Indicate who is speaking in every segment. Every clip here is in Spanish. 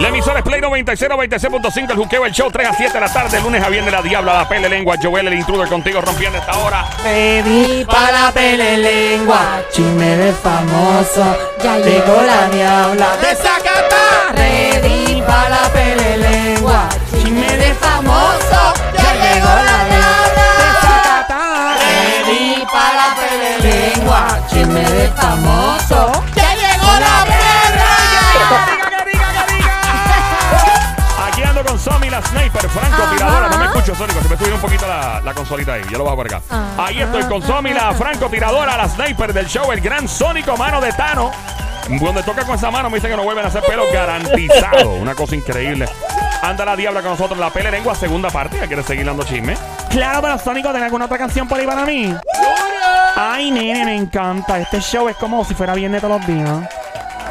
Speaker 1: La emisora es Play 96, 96.5, el juqueo, el show, 3 a 7 de la tarde, lunes a viernes, la diabla, la pele lengua, Joel, el intruder contigo rompiendo esta hora.
Speaker 2: Pedí para pele lengua, chisme de famoso, ya llegó la diabla.
Speaker 3: ¡Desacata!
Speaker 2: Pedí para pele lengua, chisme de famoso, ya llegó la diabla. Pedí para pele lengua, chisme de famoso, ya llegó la diabla.
Speaker 1: Aquí ando con Somi, la sniper, Franco,
Speaker 2: Ajá.
Speaker 1: tiradora. No me escucho, Sónico, se me subió un poquito la, la consolita ahí. Yo lo bajo por acá.
Speaker 2: Ajá.
Speaker 1: Ahí estoy con Somi, la Franco, tiradora, la sniper del show, el gran Sónico, mano de Tano. Donde toca con esa mano me dicen que no vuelven a hacer pelo garantizado. Una cosa increíble. Anda la diabla con nosotros, la pele lengua, segunda parte. ¿Ya quieres seguir dando chisme?
Speaker 3: Claro, pero Sónico, ¿tenés alguna otra canción por ahí para mí? Ay, nene, me encanta. Este show es como si fuera viernes todos los días.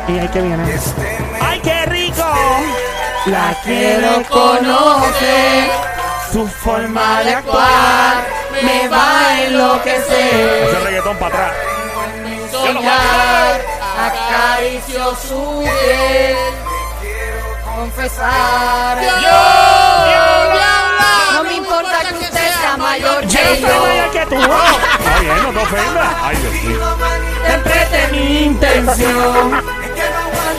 Speaker 3: Y ahí que viene. ¿eh? ¡Ay, qué rico! La
Speaker 2: Quiero conocer.
Speaker 3: su forma.
Speaker 2: forma de actuar me va a enloquecer.
Speaker 1: Ese reggaetón para atrás.
Speaker 2: Soñar, acaricio su piel. Confesar, yo no me importa que usted sea mayor
Speaker 3: Yo
Speaker 2: que
Speaker 3: soy mayor
Speaker 2: yo.
Speaker 3: que tú.
Speaker 1: Está bien, no te ofendas. Ay, Dios mío.
Speaker 2: Interprete mi intención.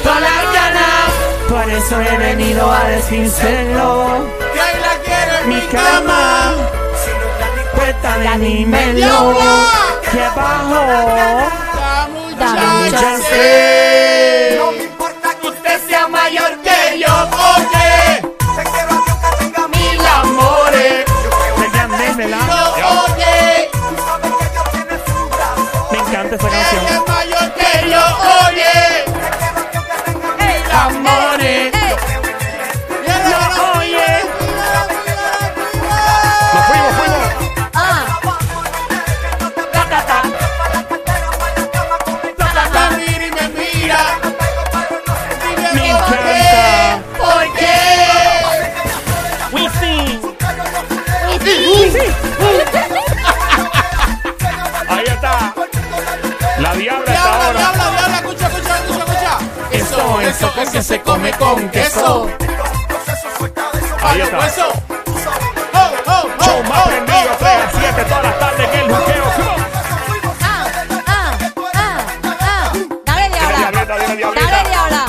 Speaker 2: Todas las ganas
Speaker 3: Por eso he venido a decírselo. Mi cama, puerta de mi melo. Que bajo,
Speaker 2: dame un chance.
Speaker 3: chance.
Speaker 2: usted sea mayor que yo, oye. Te quiero yo que tenga mil amores.
Speaker 3: Me encanta, ¿verdad?
Speaker 2: Yo, oye.
Speaker 3: Me encanta esa canción.
Speaker 2: mayor que yo, oye. Mil amores.
Speaker 3: No, oye.
Speaker 1: Nos fuimos, fuimos.
Speaker 2: Ah. Ta, ta, ta. Ta, ta, ta.
Speaker 3: Me
Speaker 2: ¿Por
Speaker 3: encanta.
Speaker 2: qué? ¿Por qué?
Speaker 3: Wisin.
Speaker 1: Ahí está. La diabla está ahora.
Speaker 2: Eso, eso que se- se come con queso.
Speaker 1: Ahí está. Show
Speaker 2: Oh,
Speaker 1: más prendido 3 a 7 todas las tardes en el juqueo.
Speaker 2: Ah, ah, ah, ah. Dale, diabla.
Speaker 1: Dale, diablita, dale,
Speaker 2: Dale,
Speaker 1: diablita.
Speaker 2: diabla.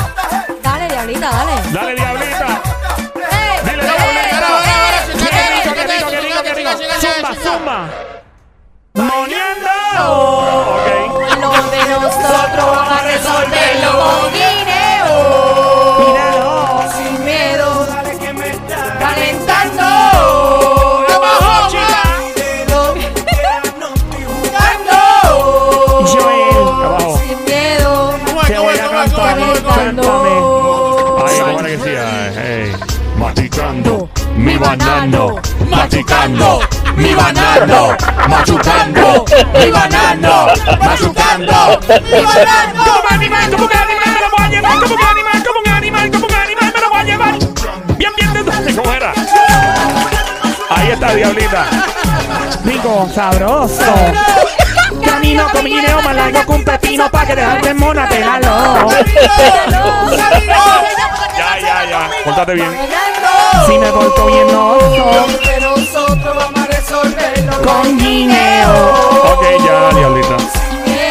Speaker 2: Dale, diablita, dale.
Speaker 1: Dale, diablita.
Speaker 2: ¡Eh!
Speaker 1: Dile,
Speaker 2: ¡Eh! ¡Eh!
Speaker 1: dale, dale,
Speaker 2: ¡Eh!
Speaker 1: dale, dale, dale, dale, dale, dale, dale.
Speaker 3: Zumba, zumba. Moniendo.
Speaker 1: Ok.
Speaker 2: Lo de nosotros vamos a resolverlo con guineo.
Speaker 3: Míralo.
Speaker 2: Sin miedo, calentando.
Speaker 3: Abajo, chica.
Speaker 2: Calentando.
Speaker 3: Joel.
Speaker 1: Abajo.
Speaker 2: Sin miedo,
Speaker 3: Te voy a cantar. Cántame.
Speaker 2: calentando.
Speaker 1: Ahí, ¿cómo era que decía? Hey. Maticando, mi banano.
Speaker 4: machucando, mi banano, machucando, mi banano, machucando.
Speaker 3: Como animal, como un animal, me lo voy a llevar. Como un animal, como un animal, como un animal, me lo voy a llevar. Bien, bien, bien.
Speaker 1: ¿Cómo era? Ahí está, diablita.
Speaker 3: Rico, sabroso. Camino con mi guineo más largo que un pepino pa' que dejarte en mona, pégalo.
Speaker 2: Este
Speaker 1: Ya, ya, ya. Pórtate bien.
Speaker 3: Si me porto bien, no.
Speaker 2: Nosotros vamos a resolverlo
Speaker 3: Con guineo.
Speaker 1: Ok, ya, diablita.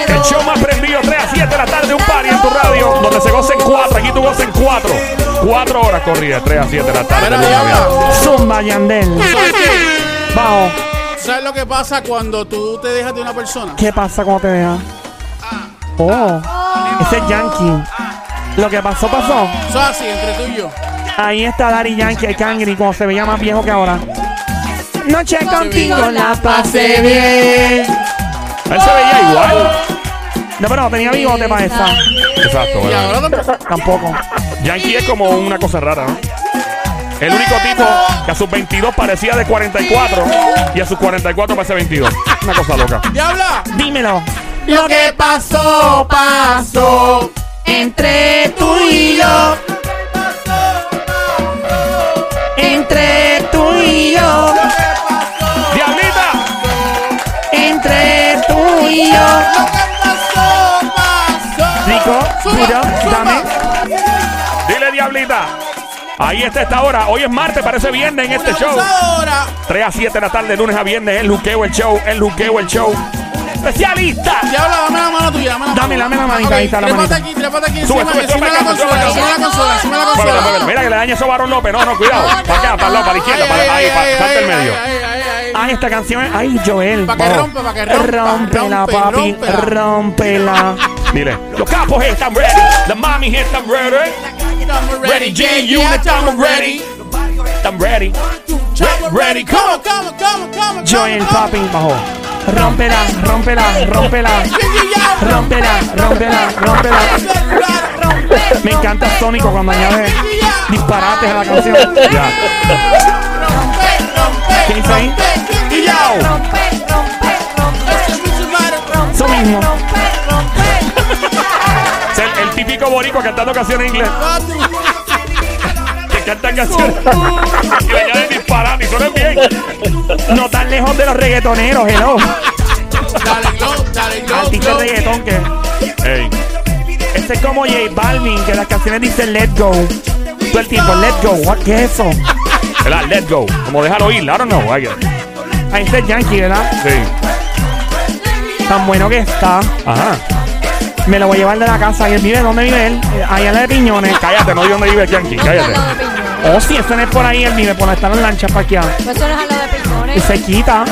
Speaker 1: El show más prendido 3 a 7 de la tarde. Un party en tu radio. Donde se gocen 4. Aquí tú gocen 4. 4 horas corridas. 3 a 7 de la tarde. lunes a viernes.
Speaker 3: Zumba, Yandel. Vamos.
Speaker 4: ¿Sabes lo que pasa cuando tú te dejas de una persona?
Speaker 3: ¿Qué pasa cuando te deja? Oh, ese es Yankee. Lo que pasó, pasó.
Speaker 4: Eso es así, entre tú y yo.
Speaker 3: Ahí está Dari Yankee, el cangri, como se veía más viejo que ahora. Noche contigo la pasé bien.
Speaker 1: Él se veía igual.
Speaker 3: No, pero no tenía bigote para esa.
Speaker 1: Exacto,
Speaker 4: Y
Speaker 1: ¿verdad?
Speaker 4: ahora tampoco.
Speaker 3: Tampoco.
Speaker 1: Yankee es como una cosa rara, ¿no? El único tipo que a sus 22 parecía de 44 y a sus 44 parece 22. Una cosa loca.
Speaker 4: ¡Diabla!
Speaker 3: Dímelo.
Speaker 2: Lo que pasó, pasó entre tú y yo.
Speaker 3: Entre tú y yo.
Speaker 1: ¡Diablita!
Speaker 3: Entre tú y yo. Rico, puro, dame.
Speaker 1: Dile, diablita. Ahí está esta hora. Hoy es martes, parece viernes en este
Speaker 4: Una
Speaker 1: show.
Speaker 4: abusadora.
Speaker 1: 3 a 7 de la tarde, lunes a viernes, el luqueo, el show, el luqueo, el show. ¡Especialista!
Speaker 4: Diabla, dame la mano tuya. Dame la mano.
Speaker 3: Dame, dame la manita,
Speaker 4: Ok,
Speaker 3: ahí está la
Speaker 4: trépate
Speaker 3: manita.
Speaker 4: aquí, trépate aquí. Encima,
Speaker 1: Sube, sube, sube
Speaker 4: encima de
Speaker 1: acá,
Speaker 4: la
Speaker 1: sube
Speaker 4: consola,
Speaker 1: acá.
Speaker 4: encima de la consola, encima de la
Speaker 1: Espérate,
Speaker 4: consola.
Speaker 1: espérate, Mira que le dañe eso a Barón López. No, no, cuidado. Para acá, para el lado, para la izquierda, para, ahí, para,
Speaker 4: ay,
Speaker 1: parte del
Speaker 4: ay,
Speaker 1: medio.
Speaker 4: ay, ay, ay,
Speaker 2: Ah.
Speaker 4: ay.
Speaker 3: Ay, Ah, esta canción es. Ay, Joel.
Speaker 4: Pa' que
Speaker 3: vamos.
Speaker 4: rompa, pa' que rompa,
Speaker 3: Rómpela,
Speaker 4: rompe,
Speaker 3: papi.
Speaker 4: rómpela.
Speaker 3: Rómpela.
Speaker 1: Dile. Los capos están ready. Las mamis están ready.
Speaker 4: Estamos
Speaker 1: Ready, J-Unit,
Speaker 4: yeah,
Speaker 1: estamos ready. Están ready.
Speaker 4: Estamos
Speaker 1: Ready,
Speaker 4: ready.
Speaker 1: come on.
Speaker 4: Come, come, come, come, come,
Speaker 3: Joel,
Speaker 4: come.
Speaker 3: papi. Bajo. Rómpela, rómpela, rómpela. Rómpela, rómpela, rómpela. Me encanta Sónico cuando añade disparates a la canción.
Speaker 1: Ya.
Speaker 3: ¿Qué dice ahí? Eso mismo.
Speaker 1: Es el, el típico boricua cantando canciones en inglés. Que cantan canciones. y le añaden disparate y suenan bien.
Speaker 3: No tan lejos de los reggaetoneros, hello.
Speaker 4: Dale glow, dale glow,
Speaker 3: Artistas
Speaker 4: glow.
Speaker 3: de reggaetón que.
Speaker 1: Ey.
Speaker 3: Este es como J Balvin, que las canciones dicen let go. Todo el tiempo, let go. What, ¿Qué es eso?
Speaker 1: ¿Verdad? Let's go. Como déjalo ir. I don't know. I guess.
Speaker 3: Ahí está el Yankee, ¿verdad?
Speaker 1: Sí.
Speaker 3: Tan bueno que está.
Speaker 1: Ajá.
Speaker 3: Me lo voy a llevar de la casa. ¿Y él vive? ¿Dónde vive él? Eh, Allá en la de Piñones.
Speaker 1: Cállate, no digas dónde vive el Yankee. Cállate.
Speaker 3: Oh, si eso no es por ahí, él vive. Por ahí están las lanchas parqueadas.
Speaker 2: Eso no es a lo de
Speaker 3: Y
Speaker 2: piñones.
Speaker 3: se quita.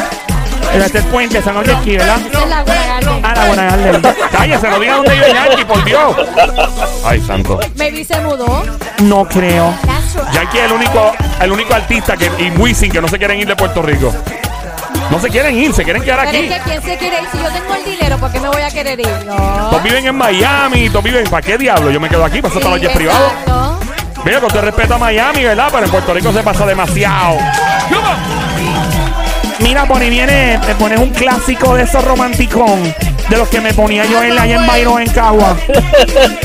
Speaker 3: Pero este es el puente, esa no es de aquí, ¿verdad?
Speaker 2: Esa es la buena grande.
Speaker 3: Ah, la buena Garden.
Speaker 1: Cállese, no diga dónde vive el Yankee, por Dios. Ay, santo.
Speaker 2: Maybe se mudó.
Speaker 3: No creo.
Speaker 2: That's right.
Speaker 1: Yankee es el único, el único artista que, y Wisin que no se quieren ir de Puerto Rico. No se quieren ir, se quieren quedar
Speaker 2: Pero
Speaker 1: aquí.
Speaker 2: es que quién se quiere ir. Si yo tengo el dinero, ¿por qué me voy a querer ir? No.
Speaker 1: Todos viven en Miami, todos viven. ¿Para qué diablo? Yo me quedo aquí, paso para los jets privados.
Speaker 2: Exacto.
Speaker 1: Mira, con todo respeto a Miami, ¿verdad? Pero en Puerto Rico se pasa demasiado. Come on.
Speaker 3: Mira, por ahí viene, te pones un clásico de esos romanticón. De los que me ponía yo en la allá en Bayro en Cagua.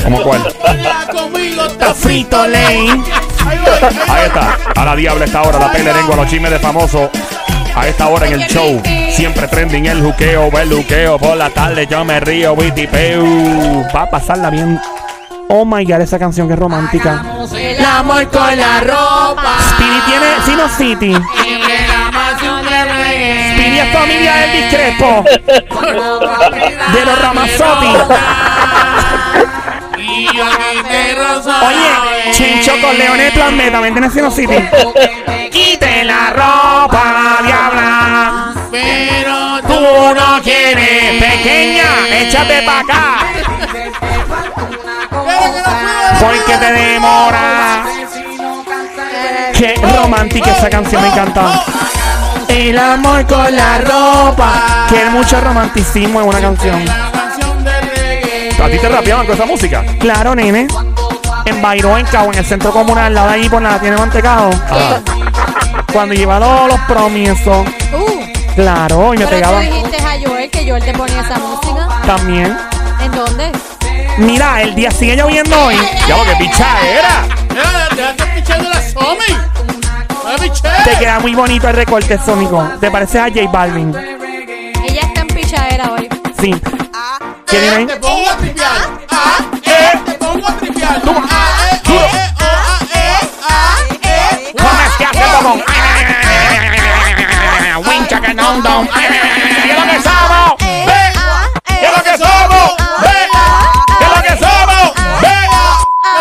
Speaker 1: ¿Cómo cuál?
Speaker 4: Baila conmigo, está
Speaker 3: Frito
Speaker 4: Ahí
Speaker 3: Lane.
Speaker 4: voy, ahí voy.
Speaker 1: Ahí está, a la diabla esta hora, la pele lengua, los chismes de famoso. A esta hora en el show, siempre trending el juqueo, el juqueo. Por la tarde yo me río, vitipeu.
Speaker 3: Va a pasarla bien. Oh my god, esa canción que es romántica.
Speaker 2: El amor con la ropa.
Speaker 3: Speedy tiene Sino City. Speedy es familia del discrepo. De los Ramazzotti. Oye, Chincho con Leones Plasme también tiene Sino City. Quite la ropa, diabla.
Speaker 4: Pero
Speaker 3: Tú no quieres, pequeña, échate pa' acá. Porque te demora. Qué
Speaker 2: Oh,
Speaker 3: romántica esa canción, me encanta. El amor con la ropa. Que hay mucho romanticismo en una canción.
Speaker 4: La canción de reggae.
Speaker 1: ¿A ti te rapeaban con esa música?
Speaker 3: Claro, nene. En Bairro, en Cabo, en el centro comunal, al lado de allí por la tiene mantecado.
Speaker 1: Ah,
Speaker 3: Cuando lleva todos los promisos.
Speaker 2: Uh,
Speaker 3: Claro, y me
Speaker 2: pero tú
Speaker 3: pegaba
Speaker 2: dijiste a Joel que Joel te ponía esa música.
Speaker 3: también.
Speaker 2: ¿En dónde?
Speaker 3: Mira, el día sigue lloviendo hoy.
Speaker 1: ya lo que picha era.
Speaker 4: Mira, déjate pichar de la Somi. Dale, pichar.
Speaker 3: Te queda muy bonito el recorte sónico. Te pareces a J Balvin.
Speaker 2: Ella está en pichadera hoy.
Speaker 3: Sí. ¿Qué viene ahí?
Speaker 2: Ah.
Speaker 4: Te pongo a tripear. Ah, eh, te pongo a tripear. Ah, eh, oh, eh, oh, ah, eh, ah, eh.
Speaker 3: ¿Cómo es
Speaker 1: Este
Speaker 3: que hace como? Wincha que no, no.
Speaker 1: ¿Qué es lo que somos?
Speaker 4: Ve,
Speaker 1: ¿Qué es lo que somos?
Speaker 4: ve,
Speaker 1: ¿Qué es lo que somos?
Speaker 4: ve,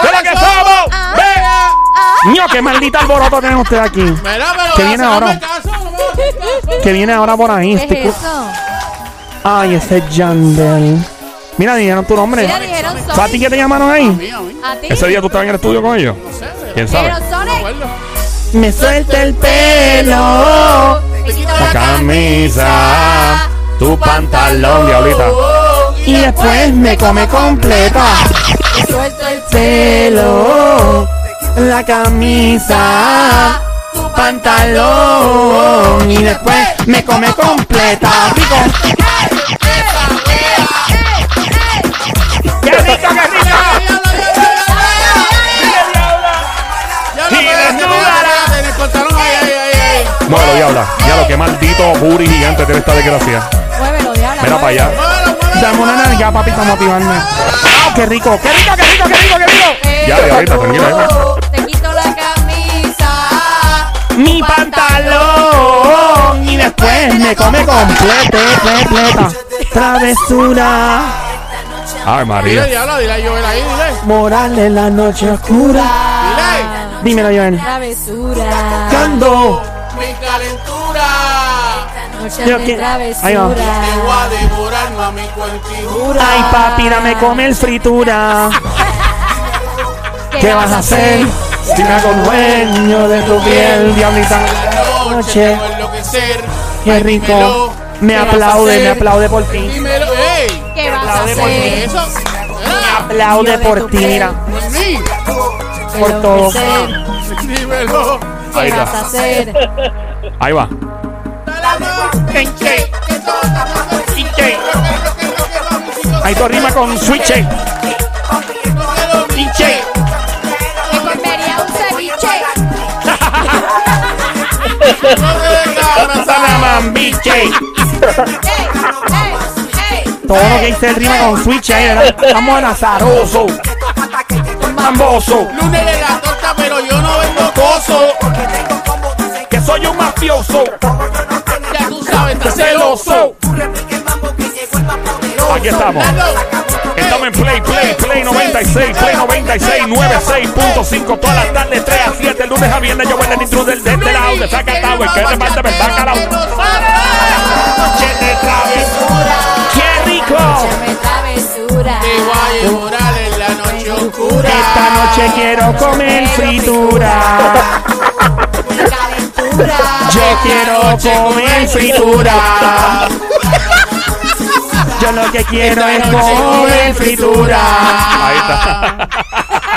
Speaker 1: ¿Qué es lo que somos?
Speaker 3: Ño, qué maldita alboroto tienen ustedes aquí.
Speaker 4: Mira, pero
Speaker 3: ¿Qué viene
Speaker 4: hazme
Speaker 3: ahora?
Speaker 4: caso, no me hagas caso.
Speaker 3: Que viene ahora por ahí.
Speaker 2: ¿Qué
Speaker 3: Estoy
Speaker 2: es
Speaker 3: cu-
Speaker 2: eso?
Speaker 3: Ay, ese Yandel. Mira, dijeron tu nombre.
Speaker 2: Mira, dijeron
Speaker 3: ¿Fue a ti
Speaker 2: Sonic.
Speaker 3: que te llamaron ahí?
Speaker 4: Mira, mira,
Speaker 2: ¿A ti?
Speaker 1: ¿Ese día tú estabas en el estudio con ellos?
Speaker 4: no sé, de
Speaker 1: ¿Quién sabe?
Speaker 2: Dijeron Sonic.
Speaker 4: acuerdo.
Speaker 3: Me suelta el pelo.
Speaker 4: Te quito la
Speaker 1: camisa, tu pantalón, diablita.
Speaker 3: Y después me come completa.
Speaker 2: Suelto el
Speaker 3: Pelo. La camisa. Tu pantalón. Y después me come completa. Rico. ¡Qué rico, qué rico!
Speaker 4: Ya
Speaker 1: Y desnuda
Speaker 4: en el pantalón. Ay, ay, ay, ay.
Speaker 1: Muévelo, diabla. Ya lo que maldito booty gigante tiene esta desgracia.
Speaker 2: Muévelo, diabla.
Speaker 1: Mira para allá.
Speaker 4: Muévelo, muévelo,
Speaker 3: Dame una nalga, papi, para motivarme. ¡Ah, qué rico! ¡Qué rico, qué rico, qué rico, qué rico!
Speaker 1: Ya, diabla. tranquilita, tranquila. eh.
Speaker 2: Te quito la camisa.
Speaker 3: Mi pantalón. Y después me come completo, completa. Travesura.
Speaker 1: Ay,
Speaker 5: Dile,
Speaker 1: María.
Speaker 5: diabla, dile a Joel ahí, dile.
Speaker 3: Moral en la noche oscura.
Speaker 5: Dile.
Speaker 3: Dímelo, Joel.
Speaker 2: Travesura.
Speaker 3: Cando.
Speaker 5: Mi calentura.
Speaker 2: Noche
Speaker 3: Yo
Speaker 2: de
Speaker 3: que- ahí va.
Speaker 5: Te voy
Speaker 2: travesura.
Speaker 5: a devorar, mami, con figura.
Speaker 3: Ay, papi, dame comer fritura. ¿Qué vas a hacer si me hago dueño de tu piel, diablita?
Speaker 5: La noche
Speaker 3: Noche,
Speaker 5: te voy a enloquecer.
Speaker 3: qué rico. Me
Speaker 5: ¿Qué vas a
Speaker 3: aplaude, me
Speaker 5: hacer?
Speaker 3: aplaude por ti.
Speaker 5: Dímelo, ey.
Speaker 2: ¿Qué vas a
Speaker 5: ¿Por qué
Speaker 2: hacer?
Speaker 5: eso? Ah,
Speaker 2: Yo
Speaker 3: Aplaude
Speaker 2: de
Speaker 3: por
Speaker 2: tu
Speaker 3: ti,
Speaker 2: piel.
Speaker 3: mira,
Speaker 5: por mí.
Speaker 3: por todo.
Speaker 5: Dímelo.
Speaker 1: Ahí
Speaker 2: ¿Qué vas a
Speaker 1: está.
Speaker 2: hacer?
Speaker 1: Ahí va.
Speaker 3: Ahí tú rima con switche.
Speaker 1: eh. Pinche.
Speaker 2: Me comería un ceviche.
Speaker 1: Mambiche.
Speaker 2: Ey, ey, ey.
Speaker 3: Todo lo que hice rima con switche ahí, ¿verdad? Estamos en azaroso. Mamboso.
Speaker 5: Lunes de la torta, pero yo no vendo coso.
Speaker 1: Que soy un mafioso.
Speaker 5: Ya tú sabes, estás celoso.
Speaker 1: Aquí estamos. Estamos en Play, Play, Play 96, Play 96, 96.5 todas las tardes, 3 a 7, el lunes a viernes, yo voy a dentro del de este lado, de saca el que pues, reparte me saca la de ¡Qué rico!
Speaker 2: Échame travesura.
Speaker 5: Te voy a devorar en la noche oscura.
Speaker 3: Esta noche quiero comer fritura.
Speaker 2: Mi calentura.
Speaker 3: Yo quiero comer fritura. Yo lo que quiero es comer fritura.
Speaker 1: Ahí está.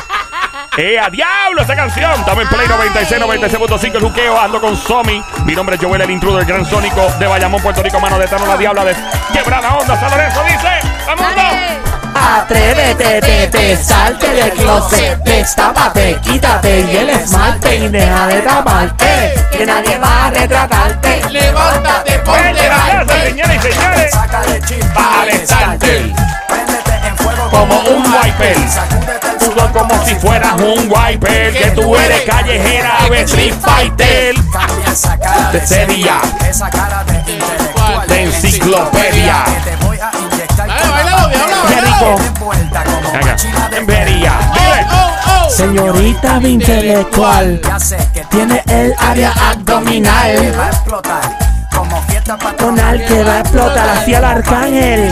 Speaker 1: ¡Eh, a diablo esa canción! Estamos en Play 96, 96.5, el juqueo, ando con Somi. Mi nombre es Joel, el intruder, el gran sónico de Bayamón, Puerto Rico, mano de Tano, la diabla de Quebrada Onda, San Lorenzo, dice, ¡Vamos!
Speaker 2: Dale.
Speaker 6: Atrévete, te, te, salte del closet, destápate, quítate y el esmalte y deja de taparte, que nadie va a retratarte.
Speaker 5: Levántate, ponte
Speaker 1: ¡Vente la casa,
Speaker 5: baile.
Speaker 1: señores y señores!
Speaker 6: Saca de chispa,
Speaker 1: ¡Vale, salte!
Speaker 6: préndete en fuego
Speaker 1: Como un wiper,
Speaker 6: sacúdete el
Speaker 1: sudor como si fueras un wiper, que tú eres callejera, street fighter,
Speaker 6: Cambia esa cara de
Speaker 1: seria.
Speaker 6: esa cara de intelectual,
Speaker 1: de enciclopedia.
Speaker 3: Ah.
Speaker 6: que te voy a inyectar
Speaker 5: Dale,
Speaker 6: con la
Speaker 5: bailalo, diabla,
Speaker 6: batería.
Speaker 3: Qué rico.
Speaker 6: Te envuelta como
Speaker 1: Venga,
Speaker 6: mochila de
Speaker 1: en vería.
Speaker 5: Oh,
Speaker 1: Dile.
Speaker 5: oh, oh.
Speaker 3: Señorita mi intelectual,
Speaker 6: Ya sé que
Speaker 3: tiene el área
Speaker 6: que va a
Speaker 3: abdominal,
Speaker 6: explotar como fiesta
Speaker 3: tonal
Speaker 6: patronal.
Speaker 3: que va a explotar hacia el arcángel.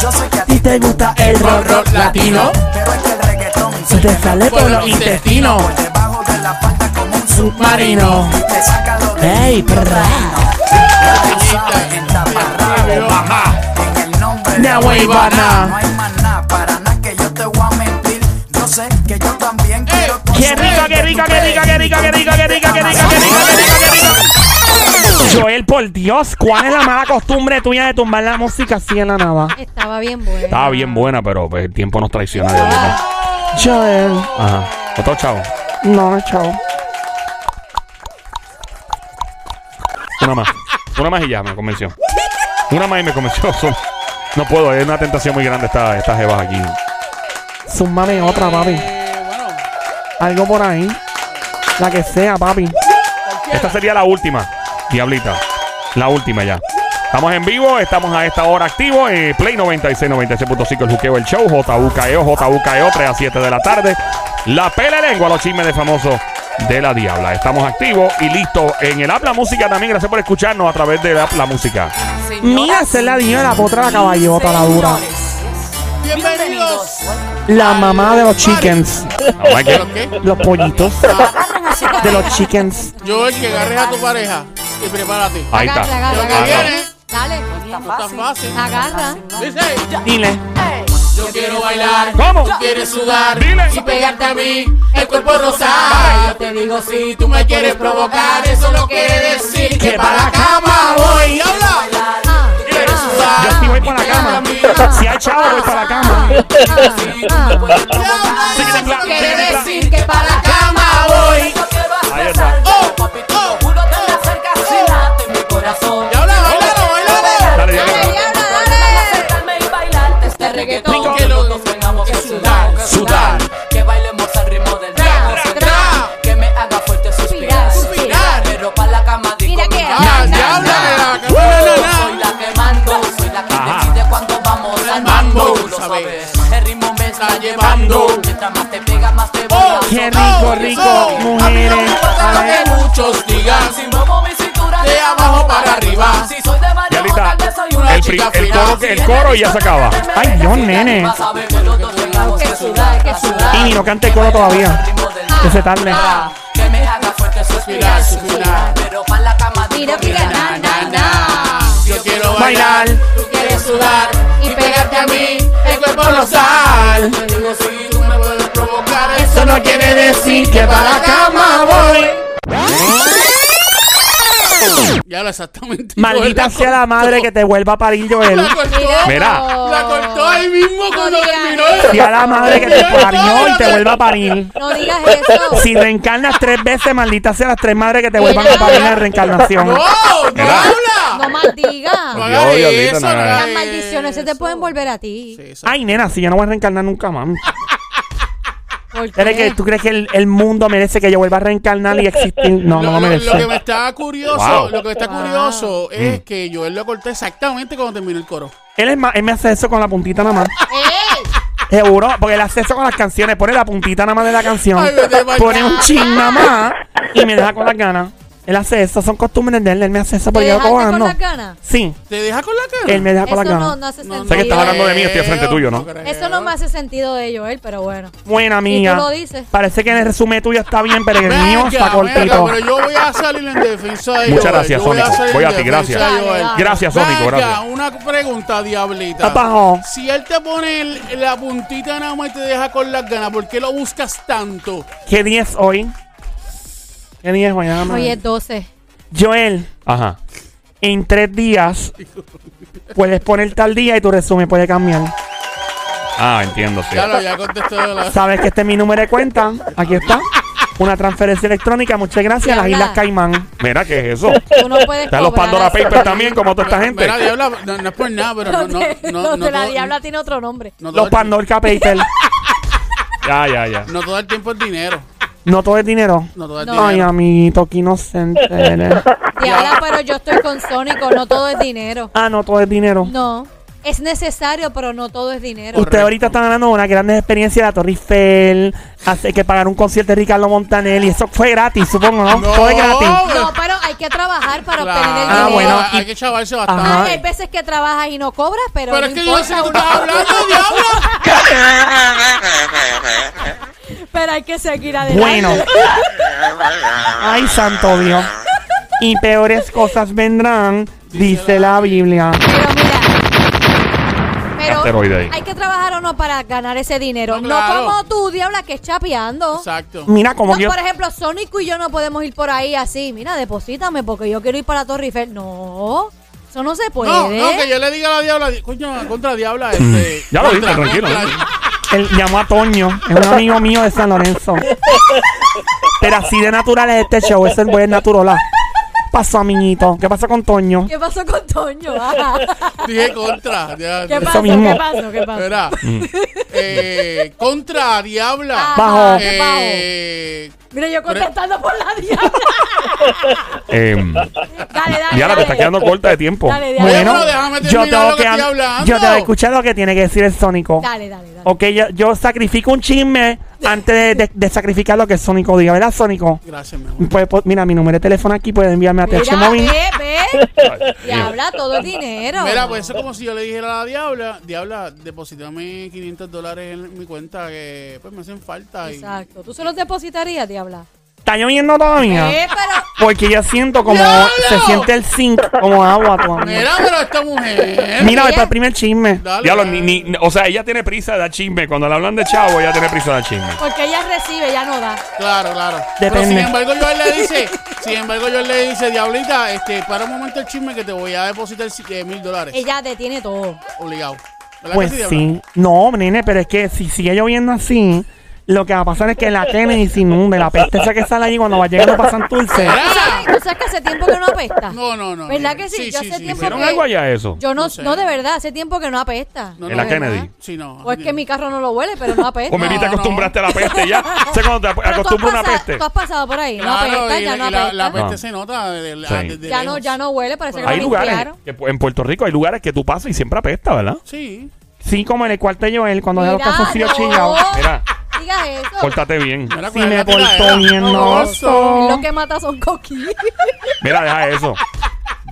Speaker 6: Yo sé que a
Speaker 3: Si
Speaker 6: ti
Speaker 3: te gusta el rock, rock latino,
Speaker 6: pero es que el reggaetón
Speaker 3: se te sale por los intestinos.
Speaker 6: por debajo de la falda como un
Speaker 3: Marino,
Speaker 6: y te saca lo de
Speaker 3: ey, perra,
Speaker 6: tú sabes en taparrabo.
Speaker 1: Mamá,
Speaker 6: En el nombre
Speaker 3: de
Speaker 6: Guaybaná,
Speaker 3: Guaybana.
Speaker 6: No hay más nada para nada que yo te voy a mentir. Yo sé que yo también quiero
Speaker 3: Qué rico, qué rico, qué rico, qué rico, qué rico, qué rico, qué rico, qué rico, qué rico, qué rico. Joel, por Dios, ¿cuál es la mala costumbre tuya de tumbar la música así en la nada?
Speaker 2: Estaba bien buena.
Speaker 1: estaba bien buena, pero pues, el tiempo nos traiciona. de verdad.
Speaker 3: Joel,
Speaker 1: Ajá. Otro chavo.
Speaker 3: eh, no, chao.
Speaker 1: Una más. Una más y ya me convenció. Una más y me convenció. Son- No puedo, es una tentación muy grande esta, estas jevas aquí.
Speaker 3: Súmame otra, papi. Algo por ahí. La que sea, papi.
Speaker 1: Esta sería la última, Diablita. La última ya. Estamos en vivo, estamos a esta hora activo. eh, Play 96, 96.5, el juqueo, el show. JUKEO, JUKEO, 3 E a 7 de la tarde. La pela lengua, los chismes de famoso de la Diabla. Estamos activos y listos en el app La Música también. Gracias por escucharnos a través de app La Música.
Speaker 3: Mira, esa es la niña de la potra la caballota, la dura.
Speaker 5: Bienvenidos.
Speaker 3: La mamá de los chickens.
Speaker 1: Vamos a
Speaker 5: ¿Pero
Speaker 1: que-
Speaker 5: qué?
Speaker 3: Los pollitos. De los chickens.
Speaker 5: Yo el que agarres a tu pareja y prepárate.
Speaker 1: Ahí está.
Speaker 2: Agarra, agarra,
Speaker 5: Lo que
Speaker 1: Ah, no.
Speaker 5: viene.
Speaker 2: Dale. Ah,
Speaker 5: Tan fácil.
Speaker 2: Agarra.
Speaker 5: Dice,
Speaker 3: Dile.
Speaker 5: yo quiero bailar.
Speaker 1: ¿Cómo?
Speaker 5: Tú quieres sudar
Speaker 1: Dile.
Speaker 5: y pegarte a mí el cuerpo rosado. Yo te digo si tú me quieres provocar, eso no quiere decir que para la cama voy. Habla.
Speaker 2: Ah,
Speaker 5: Quieres
Speaker 3: Yo
Speaker 5: sudar.
Speaker 3: sí voy para la cama. Si hay chavo, voy para la cama.
Speaker 2: ah, ah.
Speaker 5: Habla. Eso no quiere decir que para la cama voy.
Speaker 1: Ahí está.
Speaker 5: Y habla, bailalo,
Speaker 1: Dale,
Speaker 5: bailalo.
Speaker 2: Dale,
Speaker 1: Diablita.
Speaker 2: diabla, dale.
Speaker 7: Este reggaetón
Speaker 5: Que los dos
Speaker 7: nos tengamos que sudar,
Speaker 5: sudar.
Speaker 7: que bailemos
Speaker 5: Mientras más te pegas, más te voy
Speaker 3: Oh. Qué rico, rico,
Speaker 5: A mí no me
Speaker 3: mujeres.
Speaker 5: importa
Speaker 3: A
Speaker 5: lo
Speaker 3: ver.
Speaker 5: que muchos digan. Si muevo mi cintura de abajo para arriba. Si soy de barrio,
Speaker 1: Yalita,
Speaker 5: tal vez soy una
Speaker 1: el, pri-
Speaker 5: chica
Speaker 1: el
Speaker 5: fina.
Speaker 1: coro, que- el coro y ya se acaba.
Speaker 3: Ay, Dios, nene.
Speaker 5: Vas a ver que los dos tengamos que sudar, que sudar.
Speaker 3: Y ni no cante el coro todavía.
Speaker 5: Ritmo del
Speaker 3: Que se tarde.
Speaker 5: Ah, Que me haga fuerte suspirar, suspirar. Pero pa' la cama digo,
Speaker 2: Mira, mira, na, na, na.
Speaker 5: Yo quiero
Speaker 3: Bailar.
Speaker 5: bailar, tú quieres sudar y pegarte a mí, el cuerpo no sal. Te digo si tú me puedes provocar, eso no quiere decir que para la cama voy. Ya lo exactamente.
Speaker 3: Maldita sea la madre que te vuelva a parir, Joel.
Speaker 5: La cortó,
Speaker 1: Mira.
Speaker 5: la cortó ahí mismo cuando
Speaker 2: digas
Speaker 5: terminó.
Speaker 3: Sea la madre que te parió y te vuelva a parir.
Speaker 2: No digas eso.
Speaker 3: Si reencarnas tres veces, maldita sea las tres madres que te vuelvan a parir en la reencarnación.
Speaker 5: No, no
Speaker 1: Mira.
Speaker 5: habla.
Speaker 2: No maldigas.
Speaker 5: No hagas
Speaker 1: Dios, Dios,
Speaker 5: eso, no
Speaker 1: Dios,
Speaker 5: hagas
Speaker 2: Las
Speaker 5: eso.
Speaker 2: maldiciones se te pueden volver a ti.
Speaker 5: Sí, eso.
Speaker 3: Ay, nena, si yo no voy a reencarnar nunca más.
Speaker 2: ¿Por qué?
Speaker 3: ¿Eres que, ¿Tú crees que el, el mundo merece que yo vuelva a reencarnar y existir? No, no lo
Speaker 5: que me
Speaker 3: merece. Ah. Mm.
Speaker 5: está curioso,
Speaker 1: Wow.
Speaker 5: lo que está
Speaker 2: Wow.
Speaker 5: curioso es que yo él lo corté exactamente cuando terminó el coro.
Speaker 3: Él, es más, él me hace eso con la puntita nada más.
Speaker 2: ¡Ey!
Speaker 3: Seguro, porque él hace eso con las canciones. Pone la puntita nada más de la canción.
Speaker 5: Ay, vete pa'
Speaker 3: Pone
Speaker 5: acá.
Speaker 3: un ching nada más y me deja con las ganas. Él hace eso, son costumbres de él. Él me hace eso porque
Speaker 2: ¿Te
Speaker 3: yo
Speaker 2: dejaste con
Speaker 3: cobando.
Speaker 2: las ganas?
Speaker 3: Sí,
Speaker 5: ¿Te deja con la cara?
Speaker 3: él me deja con
Speaker 2: Eso
Speaker 3: las ganas.
Speaker 2: no, no hace
Speaker 5: No,
Speaker 2: sentido.
Speaker 5: no
Speaker 1: Sé que estás hablando de mí, estoy al frente tuyo, ¿no?
Speaker 5: creo.
Speaker 2: Eso no me hace sentido de Joel, pero bueno.
Speaker 3: Buena mía.
Speaker 2: lo dices.
Speaker 3: Parece que en el resumen tuyo está bien, pero en el
Speaker 5: Venga,
Speaker 3: mío está
Speaker 5: venga,
Speaker 3: cortito.
Speaker 5: pero yo voy a salir en defensa de
Speaker 1: Muchas
Speaker 5: Joel,
Speaker 1: gracias,
Speaker 5: yo voy
Speaker 1: Sónico.
Speaker 5: salir
Speaker 1: Voy
Speaker 5: en
Speaker 1: a ti,
Speaker 5: defensa
Speaker 1: gracias.
Speaker 5: de Joel.
Speaker 2: Dale,
Speaker 1: Gracias, Sónico,
Speaker 5: Venga,
Speaker 1: gracias.
Speaker 5: una pregunta, diablita.
Speaker 3: Abajo.
Speaker 5: Si él te pone el- la puntita nada más y te deja con las ganas, ¿por qué lo buscas tanto?
Speaker 3: ¿Qué 10 hoy? ¿Qué 10 hoy? Nada más.
Speaker 2: Hoy es 12.
Speaker 3: Joel,
Speaker 1: Ajá.
Speaker 3: en tres días puedes poner tal día y tu resumen puede cambiar.
Speaker 1: Ah, entiendo, sí.
Speaker 5: Ya lo, ya contestó de la...
Speaker 3: Sabes que este es mi número de cuenta. Aquí está. Una transferencia electrónica. Muchas gracias. Las
Speaker 2: Diabla.
Speaker 3: Islas Caimán.
Speaker 1: Mira, ¿qué es eso?
Speaker 2: Tú no puedes
Speaker 1: Están los
Speaker 2: cobrar
Speaker 1: Pandora
Speaker 2: así.
Speaker 1: Papers también, como toda esta gente.
Speaker 5: Mira, diabla, no, no es por nada,
Speaker 2: No,
Speaker 5: pero no... no,
Speaker 2: te-
Speaker 5: no,
Speaker 2: no
Speaker 5: no
Speaker 2: te la
Speaker 5: todo-
Speaker 2: diabla tiene otro nombre.
Speaker 5: no todo
Speaker 3: Los
Speaker 5: el-
Speaker 3: Pandorca Papers.
Speaker 1: Ya, ya, ya.
Speaker 5: No todo el tiempo es dinero.
Speaker 3: No todo es dinero.
Speaker 5: No todo el
Speaker 2: No.
Speaker 3: Ay,
Speaker 5: dinero.
Speaker 3: amiguito, que inocente eres.
Speaker 2: Diabla, pero yo estoy con Sónico, no todo es dinero.
Speaker 3: Ah, no todo es dinero.
Speaker 2: No. Es necesario, pero no todo es dinero.
Speaker 3: Usted ahorita está ganando una gran experiencia de la Torre Eiffel, hace que pagar un concierto de Ricardo Montanelli, eso fue gratis, supongo, ¿no?
Speaker 5: No.
Speaker 3: Todo es gratis.
Speaker 2: No, pero hay que trabajar para
Speaker 5: Claro,
Speaker 2: obtener el
Speaker 3: Ah,
Speaker 2: dinero.
Speaker 3: bueno.
Speaker 5: hay que chavarse bastante.
Speaker 3: Ajá.
Speaker 2: Ah, hay veces que trabajas y no cobras, pero,
Speaker 5: Pero
Speaker 2: no
Speaker 5: es que yo no sé
Speaker 2: importa.
Speaker 5: qué tú estás hablando, diablo.
Speaker 2: Pero hay que seguir adelante.
Speaker 3: Bueno. Ay, santo Dios. Y peores cosas vendrán, dice la Biblia.
Speaker 2: Pero mira. Pero
Speaker 1: Asteroide ahí.
Speaker 2: hay que trabajar o no para ganar ese dinero. No,
Speaker 5: No, claro.
Speaker 2: como tú, diabla, que es chapeando.
Speaker 5: Exacto.
Speaker 3: Mira, como
Speaker 2: No,
Speaker 3: que yo...
Speaker 2: por ejemplo, Sónico y yo no podemos ir por ahí así. Mira, deposítame porque yo quiero ir para la Torre Eiffel. No, eso no se puede.
Speaker 5: No, no, que yo le diga a la diabla, di- coño, contra diabla, este.
Speaker 1: Mm. Ya lo
Speaker 5: contra-
Speaker 1: dije, tranquilo, ¿eh?
Speaker 3: Él llamó a Toño, es un amigo mío de San Lorenzo. Pero así de natural es este show, es el buen natural. Pasó, amiguito. ¿Qué pasa con Toño?
Speaker 2: ¿Qué pasó con Toño? Ah.
Speaker 5: Dije contra. ya,
Speaker 2: ¿Qué
Speaker 5: ya.
Speaker 2: pasó?
Speaker 3: mismo. Mm.
Speaker 2: ¿Qué pasó? ¿Qué pasó?
Speaker 5: Era, eh, contra diabla.
Speaker 2: Ajá,
Speaker 3: Bajo.
Speaker 2: ¿qué
Speaker 5: Eh,
Speaker 2: Ah, Mira, yo contestando por la diabla.
Speaker 1: Eh,
Speaker 2: Dale, dale.
Speaker 1: Diana,
Speaker 2: dale.
Speaker 1: te está quedando corta de tiempo.
Speaker 2: Dale, diabla.
Speaker 5: Oye,
Speaker 3: Bueno,
Speaker 5: pero déjame
Speaker 3: yo
Speaker 5: terminar
Speaker 3: tengo
Speaker 5: lo que
Speaker 3: que,
Speaker 5: estoy
Speaker 3: an-
Speaker 5: hablando.
Speaker 3: yo tengo que escuchar lo que tiene que decir el Sónico.
Speaker 2: Dale, dale, dale.
Speaker 3: Ok, yo, yo sacrifico un chisme antes de, de- de sacrificar lo que Sónico diga, ¿verdad, Sónico?
Speaker 5: Gracias, mi amor.
Speaker 3: Pues, pues, mira, mi número de teléfono aquí, puedes enviarme a TH
Speaker 2: Mira, eh.
Speaker 3: Móvil.
Speaker 2: ve, ve.
Speaker 1: Ay, Dios.
Speaker 2: Diabla, todo es dinero.
Speaker 5: Mira, pues eso es como si yo le dijera a la diabla, diabla, deposítame 500 dólares en mi cuenta que pues me hacen falta. Y,
Speaker 2: Exacto. ¿Tú se los depositarías, diabla?
Speaker 3: ¿Está lloviendo todavía?
Speaker 2: Eh, pero...
Speaker 3: Porque yo siento como
Speaker 5: ¡Diablo!
Speaker 3: se siente el zinc como agua todavía.
Speaker 5: Mira, pero esta mujer.
Speaker 3: Mira,
Speaker 2: mira.
Speaker 3: está el primer chisme.
Speaker 5: Dale,
Speaker 1: Diablo,
Speaker 5: dale.
Speaker 1: ni, ni- o sea, ella tiene prisa de dar chisme. Cuando le hablan de chavo, ella tiene prisa de dar chisme.
Speaker 2: Porque ella recibe, ella no da.
Speaker 5: Claro, claro. Pero
Speaker 3: Depende.
Speaker 5: sin embargo, yo le dice, sin embargo, yo le dice, diablita, este, para un momento el chisme que te voy a depositar si- eh, mil dólares.
Speaker 2: Ella detiene todo.
Speaker 5: Obligado. ¿Verdad
Speaker 3: Pues
Speaker 5: que Diabla?
Speaker 3: sí. No, nene, pero es que si sigue lloviendo así, lo que va a pasar es que la Kennedy se inunde, la peste esa que sale allí cuando va llegando pasan dulce.
Speaker 2: ¿Tú sabes, tú sabes que hace tiempo que no apesta?
Speaker 5: No, no, no.
Speaker 2: ¿Verdad
Speaker 5: no.
Speaker 2: que sí? Yo hace tiempo
Speaker 1: ¿Hicieron
Speaker 2: Ok.
Speaker 1: algo allá eso?
Speaker 2: Yo no,
Speaker 5: No
Speaker 2: no,
Speaker 5: sé.
Speaker 2: de verdad, hace tiempo que no apesta.
Speaker 5: No,
Speaker 1: En la
Speaker 5: no,
Speaker 1: Kennedy.
Speaker 5: ¿verdad? Sí, no.
Speaker 2: O es que mi carro no lo huele, pero no apesta.
Speaker 1: O me te
Speaker 5: No, no.
Speaker 1: acostumbraste a la peste ya. sé cuando te
Speaker 2: Pero tú has,
Speaker 1: acostumbras a una
Speaker 2: pasado,
Speaker 1: peste.
Speaker 2: tú has pasado por ahí.
Speaker 5: Claro,
Speaker 2: no apesta,
Speaker 5: y-
Speaker 2: ya no
Speaker 5: y la,
Speaker 2: apesta.
Speaker 5: la peste
Speaker 1: Ah.
Speaker 5: se nota desde la-
Speaker 1: Sí.
Speaker 5: desde
Speaker 2: ya, no,
Speaker 5: lejos.
Speaker 2: ya no huele, parece que lo
Speaker 1: Hay lugares,
Speaker 2: limpiaron.
Speaker 1: que, en Puerto Rico hay lugares que tú pasas y siempre apesta, ¿verdad?
Speaker 5: Sí.
Speaker 3: Sí, como en el cuarto de Joel, cuando deja los
Speaker 2: Mira,
Speaker 3: calzoncillos
Speaker 2: no.
Speaker 3: chillados.
Speaker 1: Mira,
Speaker 2: Digas es eso?
Speaker 1: Pórtate bien.
Speaker 5: Mira,
Speaker 7: Si
Speaker 5: cuál es
Speaker 7: me
Speaker 5: la tira
Speaker 7: portó
Speaker 5: esa.
Speaker 7: bien, no
Speaker 2: Lo que mata son coquillas.
Speaker 1: Mira, deja eso.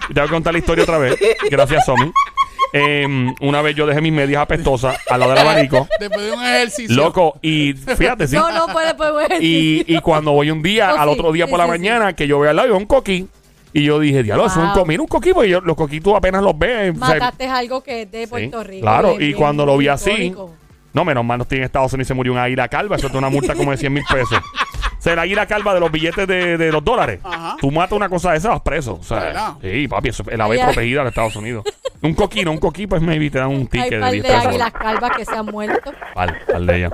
Speaker 1: Te voy a contar la historia otra vez. Gracias, Somi. Em, una vez yo dejé mis medias apestosas al lado del abanico.
Speaker 5: Después de un ejercicio.
Speaker 1: Loco, y fíjate, sí.
Speaker 2: No, no puede, puede. puede.
Speaker 1: Y, y cuando voy un día,
Speaker 2: Oh,
Speaker 1: al
Speaker 2: sí,
Speaker 1: otro día
Speaker 2: sí,
Speaker 1: por la
Speaker 2: sí, sí.
Speaker 1: mañana, que yo veo al lado, veo un coquí. Y yo dije, diablo, eso es un
Speaker 2: Wow.
Speaker 1: coquí. Mira, un coquí, porque yo, los coquí tú apenas los ves. o sea,
Speaker 2: Mataste algo que es de Puerto
Speaker 1: Sí,
Speaker 2: Rico.
Speaker 1: Claro,
Speaker 2: es
Speaker 1: y
Speaker 2: bien
Speaker 1: cuando lo vi así,
Speaker 2: icónico.
Speaker 1: no, menos mal no estoy en Estados Unidos y se murió un águila calva. Eso es una multa como de 100 mil pesos. O sea, el águila calva de los billetes de, de los dólares.
Speaker 5: Ajá.
Speaker 1: Tú matas una cosa de esas, vas preso. O sea,
Speaker 5: ¿Verdad?
Speaker 1: sí, papi, eso es la ave
Speaker 2: Ya.
Speaker 1: protegida de Estados Unidos. Un coquí, no, un coquí, pues maybe te dan un
Speaker 2: Hay
Speaker 1: ticket
Speaker 2: un
Speaker 1: de
Speaker 2: par
Speaker 1: 10
Speaker 2: de
Speaker 1: pesos.
Speaker 2: águilas calvas que se han muerto.
Speaker 1: Vale, vale, ya.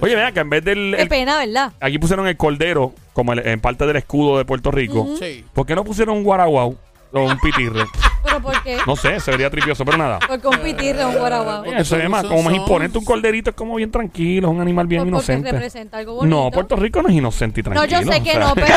Speaker 1: Oye, ven acá, en vez del.
Speaker 2: Qué
Speaker 1: el-
Speaker 2: pena, ¿verdad?
Speaker 1: aquí pusieron el cordero, como el- en parte del escudo de Puerto Rico.
Speaker 5: Sí.
Speaker 1: ¿Por qué no pusieron un guaraguau o un pitirre?
Speaker 2: Pero ¿por qué?
Speaker 1: No sé, se vería tripioso, pero nada.
Speaker 2: Por competir de un guaraguao.
Speaker 1: Oye, se ve más, como más imponente. Un corderito es como bien tranquilo, es un animal bien
Speaker 2: Por- porque
Speaker 1: inocente.
Speaker 2: representa algo bonito.
Speaker 1: No, Puerto Rico no es inocente y
Speaker 2: No,
Speaker 1: tranquilo.
Speaker 2: yo sé
Speaker 1: o
Speaker 2: que
Speaker 1: sea,
Speaker 2: no, pero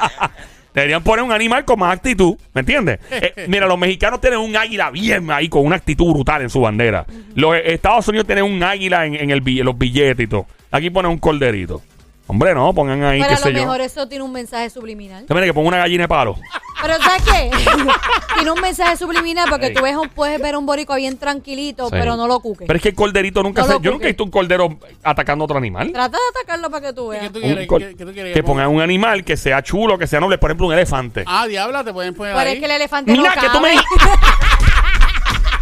Speaker 1: Deberían poner un animal con más actitud, ¿me entiendes? Eh, mira, los mexicanos tienen un águila bien ahí, con una actitud brutal en su bandera. Los eh, Estados Unidos tienen un águila en, en el, bill- los billetes y todo. Aquí ponen un corderito. Hombre, no, pongan ahí,
Speaker 2: para
Speaker 1: qué
Speaker 2: a lo
Speaker 1: sé yo.
Speaker 2: mejor eso tiene un mensaje subliminal.
Speaker 1: Mira, que ponga una gallina de palo.
Speaker 2: Pero ¿sabes qué? tiene un mensaje subliminal porque tú ves un- puedes ver un boricua bien tranquilito,
Speaker 1: Sí.
Speaker 2: pero no lo cuques.
Speaker 1: Pero es que el corderito nunca
Speaker 2: No
Speaker 1: se-
Speaker 2: lo
Speaker 1: Yo nunca he
Speaker 2: cuques.
Speaker 1: visto un cordero atacando a otro animal.
Speaker 2: Trata de atacarlo para que tú
Speaker 5: ¿Qué
Speaker 2: veas.
Speaker 5: tú
Speaker 1: Un
Speaker 5: quieres?
Speaker 1: cor-
Speaker 5: ¿Qué- qué tú quieres
Speaker 1: que pongan un animal que sea chulo, que sea noble, por ejemplo, un elefante.
Speaker 5: Ah, diabla, te pueden poner
Speaker 2: Pero
Speaker 5: ahí.
Speaker 2: es que el elefante
Speaker 1: Mira,
Speaker 2: no
Speaker 1: que tú me.
Speaker 2: cabe.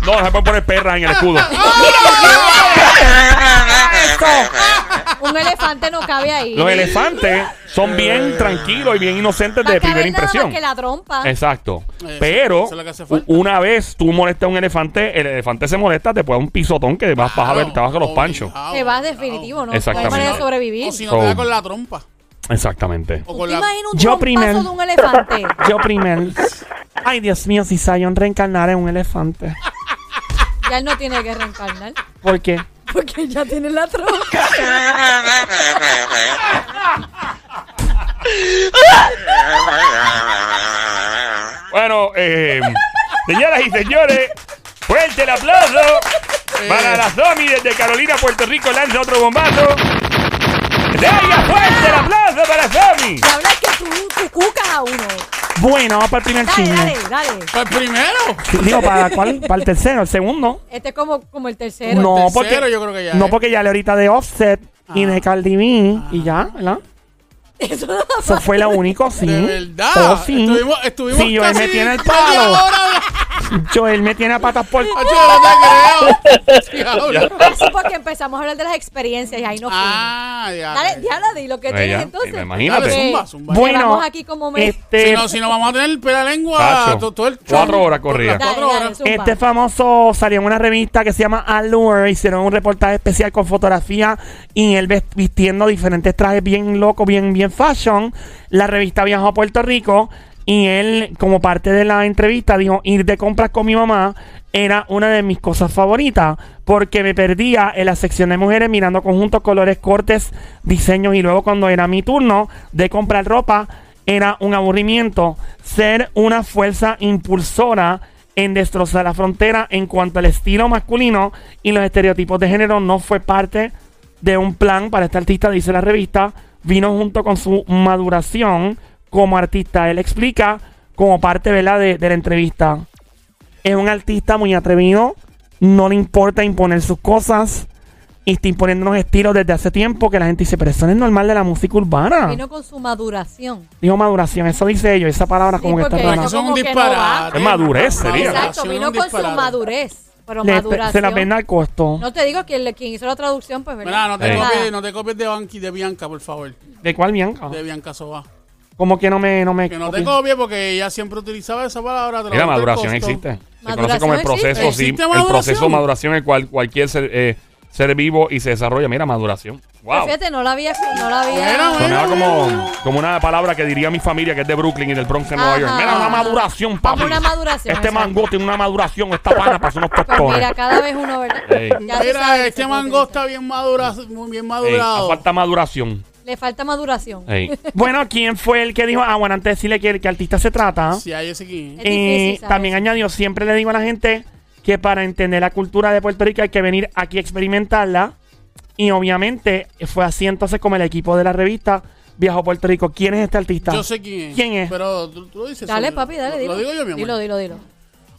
Speaker 1: No, se pueden poner perras en el escudo.
Speaker 2: Un elefante no cabe ahí.
Speaker 1: Los elefantes son bien tranquilos y bien inocentes
Speaker 2: Va a
Speaker 1: de
Speaker 2: caber
Speaker 1: primera
Speaker 2: nada más
Speaker 1: impresión.
Speaker 2: que la trompa.
Speaker 1: Exacto.
Speaker 5: Eh, Eso,
Speaker 1: Pero
Speaker 5: eso es lo que hace
Speaker 1: u-
Speaker 5: falta.
Speaker 1: una vez tú molestas a un elefante, el elefante se molesta, te puede dar un pisotón que vas, vas a ver, te vas con los panchos.
Speaker 2: Te vas definitivo, ¿no?
Speaker 1: Exactamente.
Speaker 2: No hay manera de sobrevivir.
Speaker 5: O si no
Speaker 1: Oh.
Speaker 5: te da con la trompa.
Speaker 1: Exactamente.
Speaker 5: O
Speaker 2: ¿Tú
Speaker 5: con
Speaker 2: te
Speaker 5: la.
Speaker 2: imaginas un
Speaker 7: Yo
Speaker 2: trompazo
Speaker 7: primero.
Speaker 2: de un elefante?
Speaker 7: Yo primero. Ay, Dios mío, si Zion reencarnara en un elefante.
Speaker 2: Ya él no tiene que reencarnar.
Speaker 7: ¿Por qué?
Speaker 2: Porque ya tiene la trompa.
Speaker 1: Bueno, eh, señoras y señores, fuerte el aplauso para las Domi desde Carolina, Puerto Rico. Lanza otro bombazo. ¡De ella, fuerte el aplauso para Domi!
Speaker 2: Y habla que tú, tú cucas a uno.
Speaker 7: Bueno, vamos para el primer
Speaker 2: Dale,
Speaker 7: chisme.
Speaker 2: dale, dale.
Speaker 5: Pues primero.
Speaker 7: Sí, Digo, ¿para cuál? ¿Para el tercero? ¿El segundo?
Speaker 2: Este es como, como el tercero.
Speaker 7: No,
Speaker 5: tercero
Speaker 7: porque.
Speaker 5: yo creo que ya ¿eh? Ah.
Speaker 7: No,
Speaker 5: es.
Speaker 7: porque ya le ahorita de Offset y de Cardi B y ya, ¿verdad?
Speaker 2: Eso no da
Speaker 7: Eso fue lo único, sí.
Speaker 1: Mm.
Speaker 5: De verdad.
Speaker 7: Oh, sí.
Speaker 5: Estuvimos, estuvimos
Speaker 7: Sí, Joel
Speaker 5: casi
Speaker 7: me tiene el
Speaker 5: media
Speaker 7: palo.
Speaker 5: hora hablando.
Speaker 7: Joel me tiene a patas por.
Speaker 5: Acho, no te creo. Diablo.
Speaker 2: pa- Eso porque empezamos a hablar de las experiencias y ahí nos fuimos.
Speaker 5: Ah, ya.
Speaker 2: Dale, ya lo di, lo que
Speaker 1: Ahí
Speaker 2: tienes
Speaker 1: ya,
Speaker 2: entonces.
Speaker 1: imagínate.
Speaker 2: Eh,
Speaker 5: Zumba, zumba.
Speaker 7: Bueno,
Speaker 2: Llevamos aquí como mes.
Speaker 5: Si
Speaker 7: este,
Speaker 5: no, si no vamos a tener pela lengua
Speaker 1: Tacho,
Speaker 5: to- todo el
Speaker 1: cuatro horas corrida.
Speaker 2: Dale,
Speaker 5: Cuatro
Speaker 2: dale,
Speaker 5: horas.
Speaker 2: zumba.
Speaker 7: este famoso salió en una revista que se llama Allure. Hicieron un reportaje especial con fotografía y él vest- vistiendo diferentes trajes bien locos, bien, bien fashion. La revista viajó a Puerto Rico y él, como parte de la entrevista, dijo: Ir de compras con mi mamá era una de mis cosas favoritas porque me perdía en la sección de mujeres mirando conjuntos, colores, cortes, diseños y luego cuando era mi turno de comprar ropa era un aburrimiento. Ser una fuerza impulsora en destrozar la frontera en cuanto al estilo masculino y los estereotipos de género no fue parte de un plan para este artista, dice la revista. Vino junto con su maduración como artista. Él explica como parte ¿verdad? De, de la entrevista. Es un artista muy atrevido. No le importa imponer sus cosas. Y está imponiendo unos estilos desde hace tiempo que la gente dice, pero eso no es normal de la música urbana.
Speaker 2: Vino con su maduración.
Speaker 7: Dijo maduración, eso dice ellos, esa palabra
Speaker 2: Sí,
Speaker 7: como que está
Speaker 2: porque
Speaker 7: rara.
Speaker 2: eso
Speaker 5: Son
Speaker 2: como
Speaker 5: un
Speaker 2: que no
Speaker 5: disparate.
Speaker 1: va. Es madurez, sería.
Speaker 2: Exacto,
Speaker 5: Maduración,
Speaker 2: vino
Speaker 5: un
Speaker 2: con su
Speaker 5: disparate.
Speaker 2: madurez. Pero
Speaker 7: Le-
Speaker 2: maduración.
Speaker 7: se la vende al costo.
Speaker 2: No te digo que el- quien hizo la traducción, pues, ¿verdad?
Speaker 5: Mira, no te,
Speaker 1: Sí.
Speaker 5: copies, no te copies de, Banqui, de Bianca, por favor.
Speaker 7: ¿De cuál Bianca?
Speaker 1: Ah.
Speaker 5: De Bianca Soba.
Speaker 7: Como que no me, no me
Speaker 5: Que no
Speaker 7: copia?
Speaker 5: te copies porque ella siempre utilizaba esa palabra. te la
Speaker 1: Mira,
Speaker 5: voy a dar
Speaker 1: maduración
Speaker 5: costo.
Speaker 1: existe. Se
Speaker 2: Maduración
Speaker 1: conoce como el proceso,
Speaker 5: existe.
Speaker 1: sí.
Speaker 5: ¿Existe
Speaker 1: El
Speaker 5: maduración?
Speaker 1: proceso de maduración en el cual cualquier ser, eh, ser vivo y se desarrolla. Mira, maduración.
Speaker 2: Pero
Speaker 1: Wow.
Speaker 2: Fíjate, no la había. No la había.
Speaker 5: Mira, mira.
Speaker 1: Sonaba como, como una palabra que diría mi familia que es de Brooklyn y del Bronx en Nueva
Speaker 2: Ajá.
Speaker 1: York. Mira, una maduración, papi.
Speaker 2: Vamos a una maduración,
Speaker 1: Este
Speaker 2: exacto.
Speaker 1: mango tiene una maduración. Esta pana pasó unos
Speaker 2: Pues
Speaker 1: tostones.
Speaker 2: mira, cada vez uno, ¿verdad?
Speaker 1: Ey.
Speaker 2: Ya tú sabes
Speaker 5: Mira,
Speaker 2: que
Speaker 5: este
Speaker 2: se
Speaker 5: mango
Speaker 2: puede utilizar.
Speaker 5: está bien, madura, muy bien
Speaker 1: Ey, hace
Speaker 5: madurado.
Speaker 1: falta maduración.
Speaker 2: Le falta maduración.
Speaker 1: Ey.
Speaker 7: Bueno, ¿quién fue el que dijo? Ah, bueno, antes de decirle que, que artista se trata.
Speaker 5: Si hay ese aquí.
Speaker 2: Es difícil,
Speaker 7: eh,
Speaker 2: ¿sabes?
Speaker 7: también añadió, siempre le digo a la gente que para entender la cultura de Puerto Rico hay que venir aquí a experimentarla.
Speaker 3: Y obviamente fue así entonces como el equipo de la revista viajó a Puerto Rico. ¿Quién es este artista?
Speaker 5: Yo sé quién es.
Speaker 3: ¿Quién es?
Speaker 5: Pero tú, tú lo dices.
Speaker 2: Dale,
Speaker 5: solo.
Speaker 2: papi, dale,
Speaker 5: Lo-
Speaker 2: dilo.
Speaker 5: Lo digo yo, mi amor.
Speaker 2: Dilo, dilo, dilo.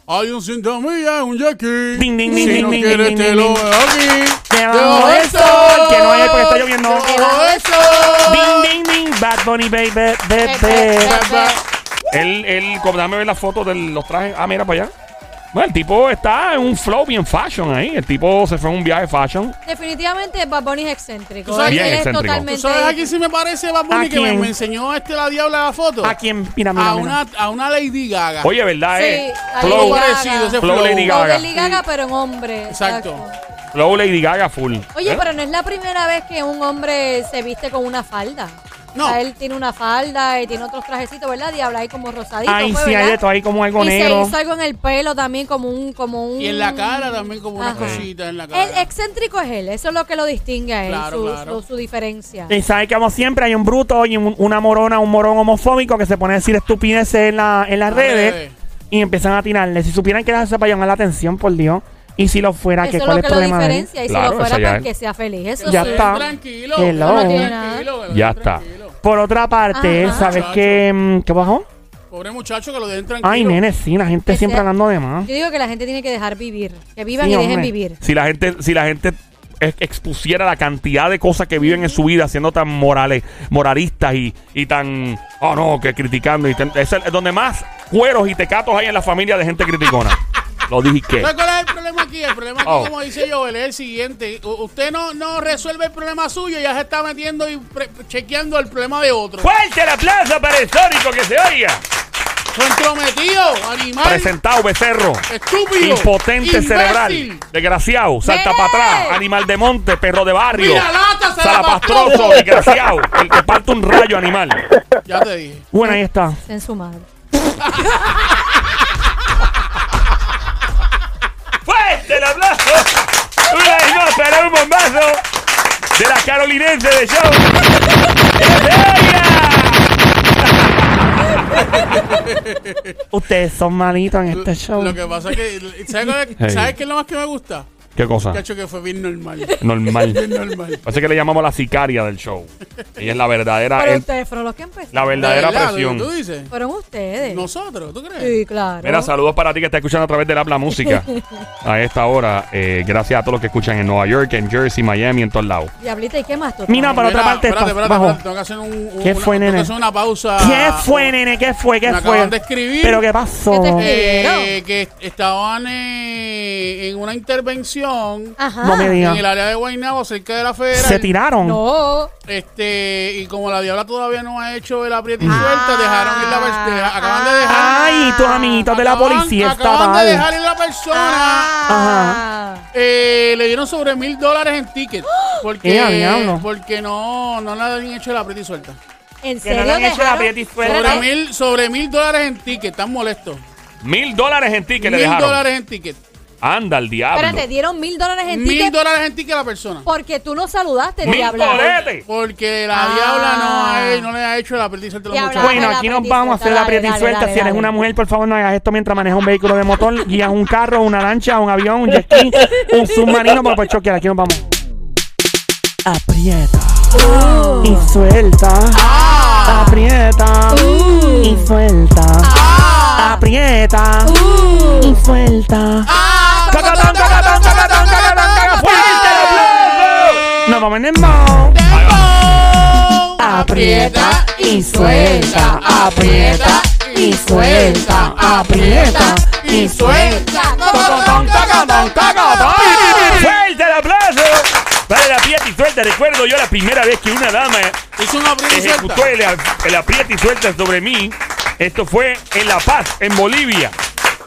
Speaker 5: Hay un sintomía, un Jackie.
Speaker 3: Ding, ding, ding,
Speaker 5: si
Speaker 3: ding,
Speaker 5: no
Speaker 3: ding,
Speaker 5: quieres,
Speaker 3: ding,
Speaker 5: te
Speaker 3: ding,
Speaker 5: lo
Speaker 3: ding.
Speaker 5: veo aquí.
Speaker 3: Debajo del sol, que no hay porque está lloviendo.
Speaker 5: Debajo del sol.
Speaker 3: Ding, ding, ding. Bad Bunny, baby,
Speaker 2: Eh,
Speaker 3: baby.
Speaker 5: Este
Speaker 1: Él, él, como- déjame ver la foto de los trajes. Ah, mira para allá. Bueno, el tipo está en un flow bien fashion ahí. El tipo se fue en un viaje fashion.
Speaker 2: Definitivamente Bad Bunny es excéntrico.
Speaker 5: Tú sabes
Speaker 2: Él
Speaker 1: Bien
Speaker 2: es
Speaker 1: excéntrico.
Speaker 5: ¿Tú
Speaker 2: totalmente.
Speaker 5: sabes aquí sí me parece Bad Bunny
Speaker 3: ¿A
Speaker 5: que me,
Speaker 3: quién?
Speaker 5: me enseñó este la diabla la foto?
Speaker 3: ¿A quién? Mira, mira,
Speaker 5: A
Speaker 3: mira.
Speaker 5: una, a una Lady Gaga.
Speaker 1: Oye, ¿verdad?
Speaker 2: Sí,
Speaker 1: eh?
Speaker 2: ahí
Speaker 1: Flow,
Speaker 5: Flow
Speaker 2: Gaga.
Speaker 5: parecido, ese
Speaker 1: Flow
Speaker 5: flow.
Speaker 1: Lady
Speaker 2: Como
Speaker 1: Gaga.
Speaker 2: de Lady Gaga, pero en hombre.
Speaker 5: Exacto.
Speaker 1: flow Lady Gaga full.
Speaker 2: Oye,
Speaker 1: ¿Eh?
Speaker 2: pero no es la primera vez que un hombre se viste con una falda.
Speaker 5: No.
Speaker 2: O sea, él tiene una falda y tiene otros trajecitos, ¿verdad? Diabla, ahí como rosadito.
Speaker 3: Ay,
Speaker 2: fue,
Speaker 3: sí, hay
Speaker 2: ¿verdad?
Speaker 3: de todo, hay como algo
Speaker 2: y
Speaker 3: negro.
Speaker 2: se hizo algo en el pelo también, como un. Como un
Speaker 5: Y en la cara también como unas
Speaker 2: Ajá.
Speaker 5: cositas en la
Speaker 2: El
Speaker 5: cara.
Speaker 2: excéntrico es él, eso es lo que lo distingue a él,
Speaker 5: Claro,
Speaker 2: su,
Speaker 5: claro.
Speaker 2: su- su diferencia.
Speaker 3: Y sabe que como siempre hay un bruto y un- una morona, un morón homofóbico que se pone a decir estupideces en, la, en las
Speaker 5: Las
Speaker 3: redes
Speaker 5: redes.
Speaker 3: y empiezan a tirarle. Si supieran que era eso para llamar la atención, por Dios. Y si lo fuera,
Speaker 2: Eso
Speaker 3: que
Speaker 2: es
Speaker 3: ¿cuál
Speaker 2: lo
Speaker 3: es
Speaker 2: que
Speaker 3: el
Speaker 2: lo
Speaker 3: problema de él?
Speaker 2: diferencia. Y
Speaker 1: Claro,
Speaker 2: si lo
Speaker 1: esa ya
Speaker 2: fuera,
Speaker 1: es.
Speaker 2: pues que sea feliz. Eso
Speaker 3: Ya
Speaker 2: sí.
Speaker 3: está.
Speaker 5: Tranquilo.
Speaker 3: Hello.
Speaker 5: No, no
Speaker 2: tiene
Speaker 5: tiene
Speaker 2: nada.
Speaker 5: tranquilo, que lo
Speaker 1: Ya
Speaker 5: dejen
Speaker 1: está.
Speaker 5: tranquilo.
Speaker 3: Por otra parte,
Speaker 2: Ajá.
Speaker 3: ¿sabes
Speaker 5: Chacho.
Speaker 3: qué? mm, ¿Qué bajó?
Speaker 5: Pobre muchacho que lo dejen tranquilo.
Speaker 3: Ay, nene, sí, la gente
Speaker 2: Que
Speaker 3: siempre
Speaker 2: sea-
Speaker 3: hablando de más.
Speaker 2: Yo digo que la gente tiene que dejar vivir, que vivan
Speaker 3: Sí,
Speaker 2: y dejen
Speaker 3: hombre.
Speaker 2: vivir.
Speaker 1: Si la gente, si la gente ex- expusiera la cantidad de cosas que viven en su vida siendo tan morales, moralistas y, y tan oh no, que criticando y tan- es el- es donde más cueros y tecatos hay en la familia de gente criticona. Lo dije que.
Speaker 5: ¿Sabes cuál es el problema aquí? El problema aquí,
Speaker 1: Oh.
Speaker 5: como dice Joel, es el siguiente. U- usted no, no resuelve el problema suyo, ya se está metiendo y pre- chequeando el problema de otro.
Speaker 1: ¡Fuerte el aplauso para el histórico que se oiga!
Speaker 5: Comprometido, animal,
Speaker 1: Presentado becerro.
Speaker 5: estúpido,
Speaker 1: Impotente
Speaker 5: imbécil.
Speaker 1: cerebral, desgraciado, salta
Speaker 2: ¡Mire!
Speaker 1: para atrás, animal de monte, perro de barrio,
Speaker 5: Mira, lata,
Speaker 1: salapastroso,
Speaker 5: salapastroso.
Speaker 1: desgraciado, el que parte un rayo animal.
Speaker 5: Ya te dije.
Speaker 3: Bueno, ahí está.
Speaker 2: En su madre.
Speaker 1: ¡Fuerte el aplauso! Una vez más, para un bombazo de la carolinense de show. ¡Que se oiga!
Speaker 3: Ustedes son malitos en este show.
Speaker 5: Lo que pasa es que, ¿sabes, cuál es-
Speaker 1: Hey.
Speaker 5: ¿sabes qué es lo más que me gusta?
Speaker 1: ¿Qué cosa?
Speaker 5: Cacho que fue bien normal. Bien
Speaker 1: Normal.
Speaker 5: normal.
Speaker 1: Parece que le llamamos la sicaria del show. Ella es la
Speaker 3: Ah,
Speaker 1: verdadera,
Speaker 2: Pero
Speaker 1: el-
Speaker 2: ustedes fueron los que empezaron.
Speaker 1: la verdadera
Speaker 5: ¿De verdad?
Speaker 1: presión.
Speaker 5: ¿Tú dices?
Speaker 2: Fueron ustedes.
Speaker 5: Nosotros, ¿tú crees?
Speaker 2: Sí, claro.
Speaker 1: Mira, saludos para ti que estás escuchando a través del app La Música a esta hora. Eh, gracias a todos los que escuchan en Nueva York, en Jersey, Miami, en todos lados.
Speaker 2: Diablita, ¿y qué más tú?
Speaker 3: Mira,
Speaker 2: traes?
Speaker 3: para otra parte,
Speaker 5: espérate,
Speaker 3: pa-
Speaker 5: espérate,
Speaker 3: bajo.
Speaker 5: espérate, tengo que hacer un, un-
Speaker 3: ¿Qué
Speaker 5: una,
Speaker 3: fue,
Speaker 5: tengo que
Speaker 3: nene?
Speaker 5: hacer una pausa.
Speaker 3: ¿Qué fue, nene? ¿Qué fue? ¿Qué
Speaker 5: Ah. Me
Speaker 3: fue?
Speaker 5: acaban de escribir.
Speaker 3: ¿Pero qué pasó?
Speaker 2: ¿Qué te-
Speaker 5: Eh, que est- estaban eh, en una intervención
Speaker 2: Ajá.
Speaker 3: No me
Speaker 5: en el
Speaker 3: digas.
Speaker 5: área de Guaynabo cerca de la federal.
Speaker 3: ¿Se tiraron?
Speaker 2: No.
Speaker 5: Este, y como la diabla todavía no ha hecho el apriete y suelta, dejaron ir la pers- deja- acaban de dejar.
Speaker 3: Ah. Ay, tus amiguitos de la
Speaker 5: acaban-
Speaker 3: policía
Speaker 5: Acaban de
Speaker 3: estatal.
Speaker 5: dejar ir la persona.
Speaker 2: Ah.
Speaker 5: Eh, le dieron sobre mil dólares en ticket. Porque,
Speaker 3: Eh, a diablo.
Speaker 5: porque no, no le habían hecho el apriete y suelta.
Speaker 2: ¿En
Speaker 3: Que no
Speaker 2: serio?
Speaker 3: le han hecho la
Speaker 2: dejaron?
Speaker 3: aprieta y suelta.
Speaker 5: Sobre mil, sobre mil dólares en ticket, están molestos.
Speaker 1: Mil dólares en ti que le
Speaker 5: mil
Speaker 1: dejaron.
Speaker 5: dólares en ticket.
Speaker 1: Anda al diablo.
Speaker 2: Espérate, dieron mil dólares en
Speaker 5: Mil
Speaker 2: ticket
Speaker 5: dólares en ticket a la persona.
Speaker 2: porque tú no saludaste,
Speaker 1: Mil
Speaker 2: Diabla.
Speaker 1: boletes.
Speaker 5: Porque la
Speaker 2: Ah.
Speaker 5: diabla no, ha- no le ha hecho el apriete y suelta a los
Speaker 2: Diabla.
Speaker 5: muchachos.
Speaker 3: Bueno,
Speaker 2: Dale,
Speaker 3: aquí
Speaker 2: dale,
Speaker 3: nos vamos a hacer la
Speaker 2: dale,
Speaker 3: aprieta y
Speaker 2: dale,
Speaker 3: suelta.
Speaker 2: dale,
Speaker 3: Si eres
Speaker 2: dale.
Speaker 3: una mujer, por favor, no hagas esto mientras manejas un vehículo de motor, guías un carro, una lancha, un avión, un jet ski, un submarino. Por pues choquear, aquí nos vamos. Aprieta
Speaker 2: Oh.
Speaker 3: y suelta.
Speaker 5: Ah.
Speaker 3: Aprieta
Speaker 2: Uh.
Speaker 3: y suelta.
Speaker 5: Ah.
Speaker 3: Aprieta y suelta.
Speaker 5: Ah,
Speaker 3: Cacatán, cacatán, cacatán, cacatán, cacatán. ¡Fuerte el aplauso! Nos vamos en el mao.
Speaker 6: Aprieta y suelta, aprieta y suelta, aprieta y suelta.
Speaker 1: Tacatán, tacatán, tacatán. ¡Fuerte el aplauso! Para la aprieta y suelta. Recuerdo yo la primera vez que una dama
Speaker 5: Hizo un apriete y suelta.
Speaker 1: ejecutó el, el aprieta y suelta sobre mí. Esto fue en La Paz, en Bolivia,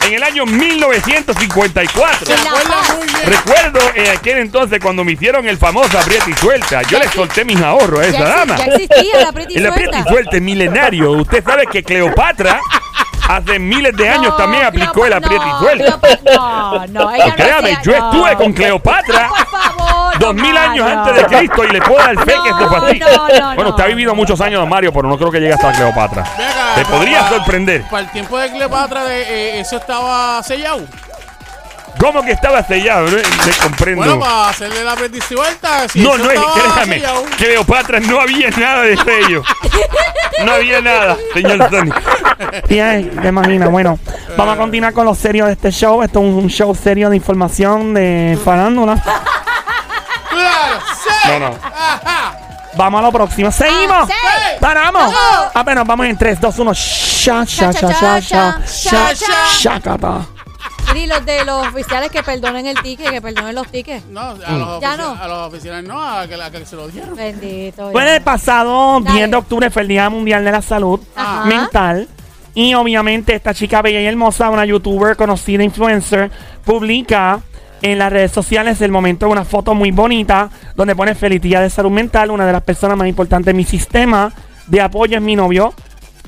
Speaker 1: en el año 1954.
Speaker 5: Se acuerda
Speaker 2: La paz.
Speaker 5: muy bien.
Speaker 1: Recuerdo en aquel entonces cuando me hicieron el famoso aprieta y suelta. Yo le solté mis ahorros a
Speaker 2: Ya,
Speaker 3: Este
Speaker 1: esa
Speaker 2: exi-
Speaker 1: dama.
Speaker 2: ya existía la aprieta y
Speaker 1: El aprieta y
Speaker 2: suelta.
Speaker 1: suelta es milenario. Usted sabe que Cleopatra hace miles de años
Speaker 2: No,
Speaker 1: también aplicó
Speaker 2: Cleopa-
Speaker 1: el aprieta
Speaker 2: no,
Speaker 1: y suelta.
Speaker 2: Cleopa- No, no, ella no
Speaker 1: Ah, Créame,
Speaker 2: hacía-
Speaker 1: yo
Speaker 2: no. Ah,
Speaker 1: estuve con Cleopatra
Speaker 2: Por favor.
Speaker 1: dos mil
Speaker 2: Omar,
Speaker 1: años
Speaker 2: no.
Speaker 1: antes de Cristo y le puedo dar fe que esto fue así.
Speaker 2: No, no, no,
Speaker 1: bueno, usted ha vivido
Speaker 2: no.
Speaker 1: muchos años, don Mario, pero no creo que llegue hasta Cleopatra.
Speaker 5: Ven acá,
Speaker 1: Te
Speaker 5: para-
Speaker 1: podría
Speaker 5: para-
Speaker 1: sorprender.
Speaker 5: eh, Para el tiempo de Cleopatra, de, eh, eso estaba sellado.
Speaker 1: ¿Cómo que estaba sellado? No te comprendo.
Speaker 5: Bueno, para hacerle la aprendiz y vuelta. eh, Si
Speaker 1: no,
Speaker 5: eso
Speaker 1: no es,
Speaker 5: estaba
Speaker 1: créame,
Speaker 5: sellado.
Speaker 1: Cleopatra no había nada de sello. No había nada, señor Tony.
Speaker 7: Bien, te imaginas. Bueno, vamos a continuar con los serios de este show. Esto es un, un show serio de información de farándula.
Speaker 5: Claro, sí.
Speaker 1: No, no.
Speaker 5: Ajá.
Speaker 7: Vamos a lo próximo.
Speaker 2: Ah,
Speaker 7: Seguimos.
Speaker 2: seis,
Speaker 7: Paramos.
Speaker 2: dos.
Speaker 7: Apenas vamos en 3, 2, 1. Sha, sha, sha, sha, sha, sha, sha, cata.
Speaker 2: Y los de los oficiales que perdonen el ticket, que perdonen los tickets.
Speaker 5: No,
Speaker 1: Mm.
Speaker 5: a los,
Speaker 2: Ya
Speaker 5: ofici-
Speaker 2: no.
Speaker 5: a los oficiales no, a que, a que se lo dieron.
Speaker 2: Bendito.
Speaker 7: Bueno, el pasado
Speaker 2: Dale.
Speaker 7: 10 de octubre fue el Día Mundial de la Salud
Speaker 2: Ajá.
Speaker 7: Mental. Y obviamente esta chica bella y hermosa, una youtuber conocida, influencer, publica en las redes sociales el momento de una foto muy bonita donde pone feliz día de salud mental, una de las personas más importantes de mi sistema de apoyo es mi novio.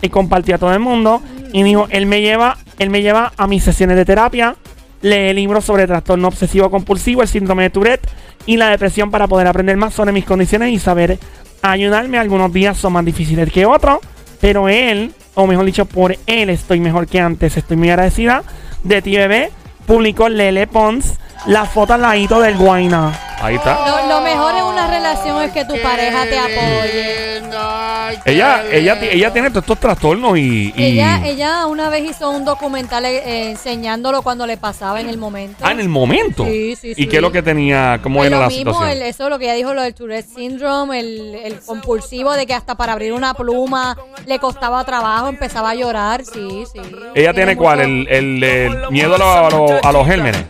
Speaker 7: Y compartió a todo el mundo. Y dijo, él me lleva, él me lleva a mis sesiones de terapia. Lee libros sobre trastorno obsesivo compulsivo, el síndrome de Tourette y la depresión para poder aprender más sobre mis condiciones y saber ayudarme. Algunos días son más difíciles que otros, pero él, o mejor dicho, por él estoy mejor que antes. Estoy muy agradecida de ti, bebé. Publicó Lele Pons la foto al ladito del Guayna.
Speaker 1: Ahí está.
Speaker 2: Lo, lo mejor en una relación es que tu
Speaker 5: Qué
Speaker 2: pareja te apoye.
Speaker 5: lindo, ay, qué
Speaker 1: Ella, ella, ti-
Speaker 5: lindo.
Speaker 1: ella tiene todos estos trastornos y. y-
Speaker 2: Ella, ella una vez hizo un documental eh, eh, enseñándolo cuando le pasaba en el momento.
Speaker 1: Ah, en el momento.
Speaker 2: Sí, sí,
Speaker 1: ¿Y
Speaker 2: sí.
Speaker 1: qué es lo que tenía? ¿Cómo
Speaker 2: Pues
Speaker 1: era
Speaker 2: lo
Speaker 1: la
Speaker 2: mismo,
Speaker 1: situación?
Speaker 2: el- eso lo que ella dijo, lo del Tourette Syndrome, el, el compulsivo de que hasta para abrir una pluma le costaba trabajo, empezaba a llorar, sí, sí.
Speaker 1: ¿Ella tiene cuál?
Speaker 2: mucho-
Speaker 1: El, el, el miedo a, lo- a lo- a los gérmenes.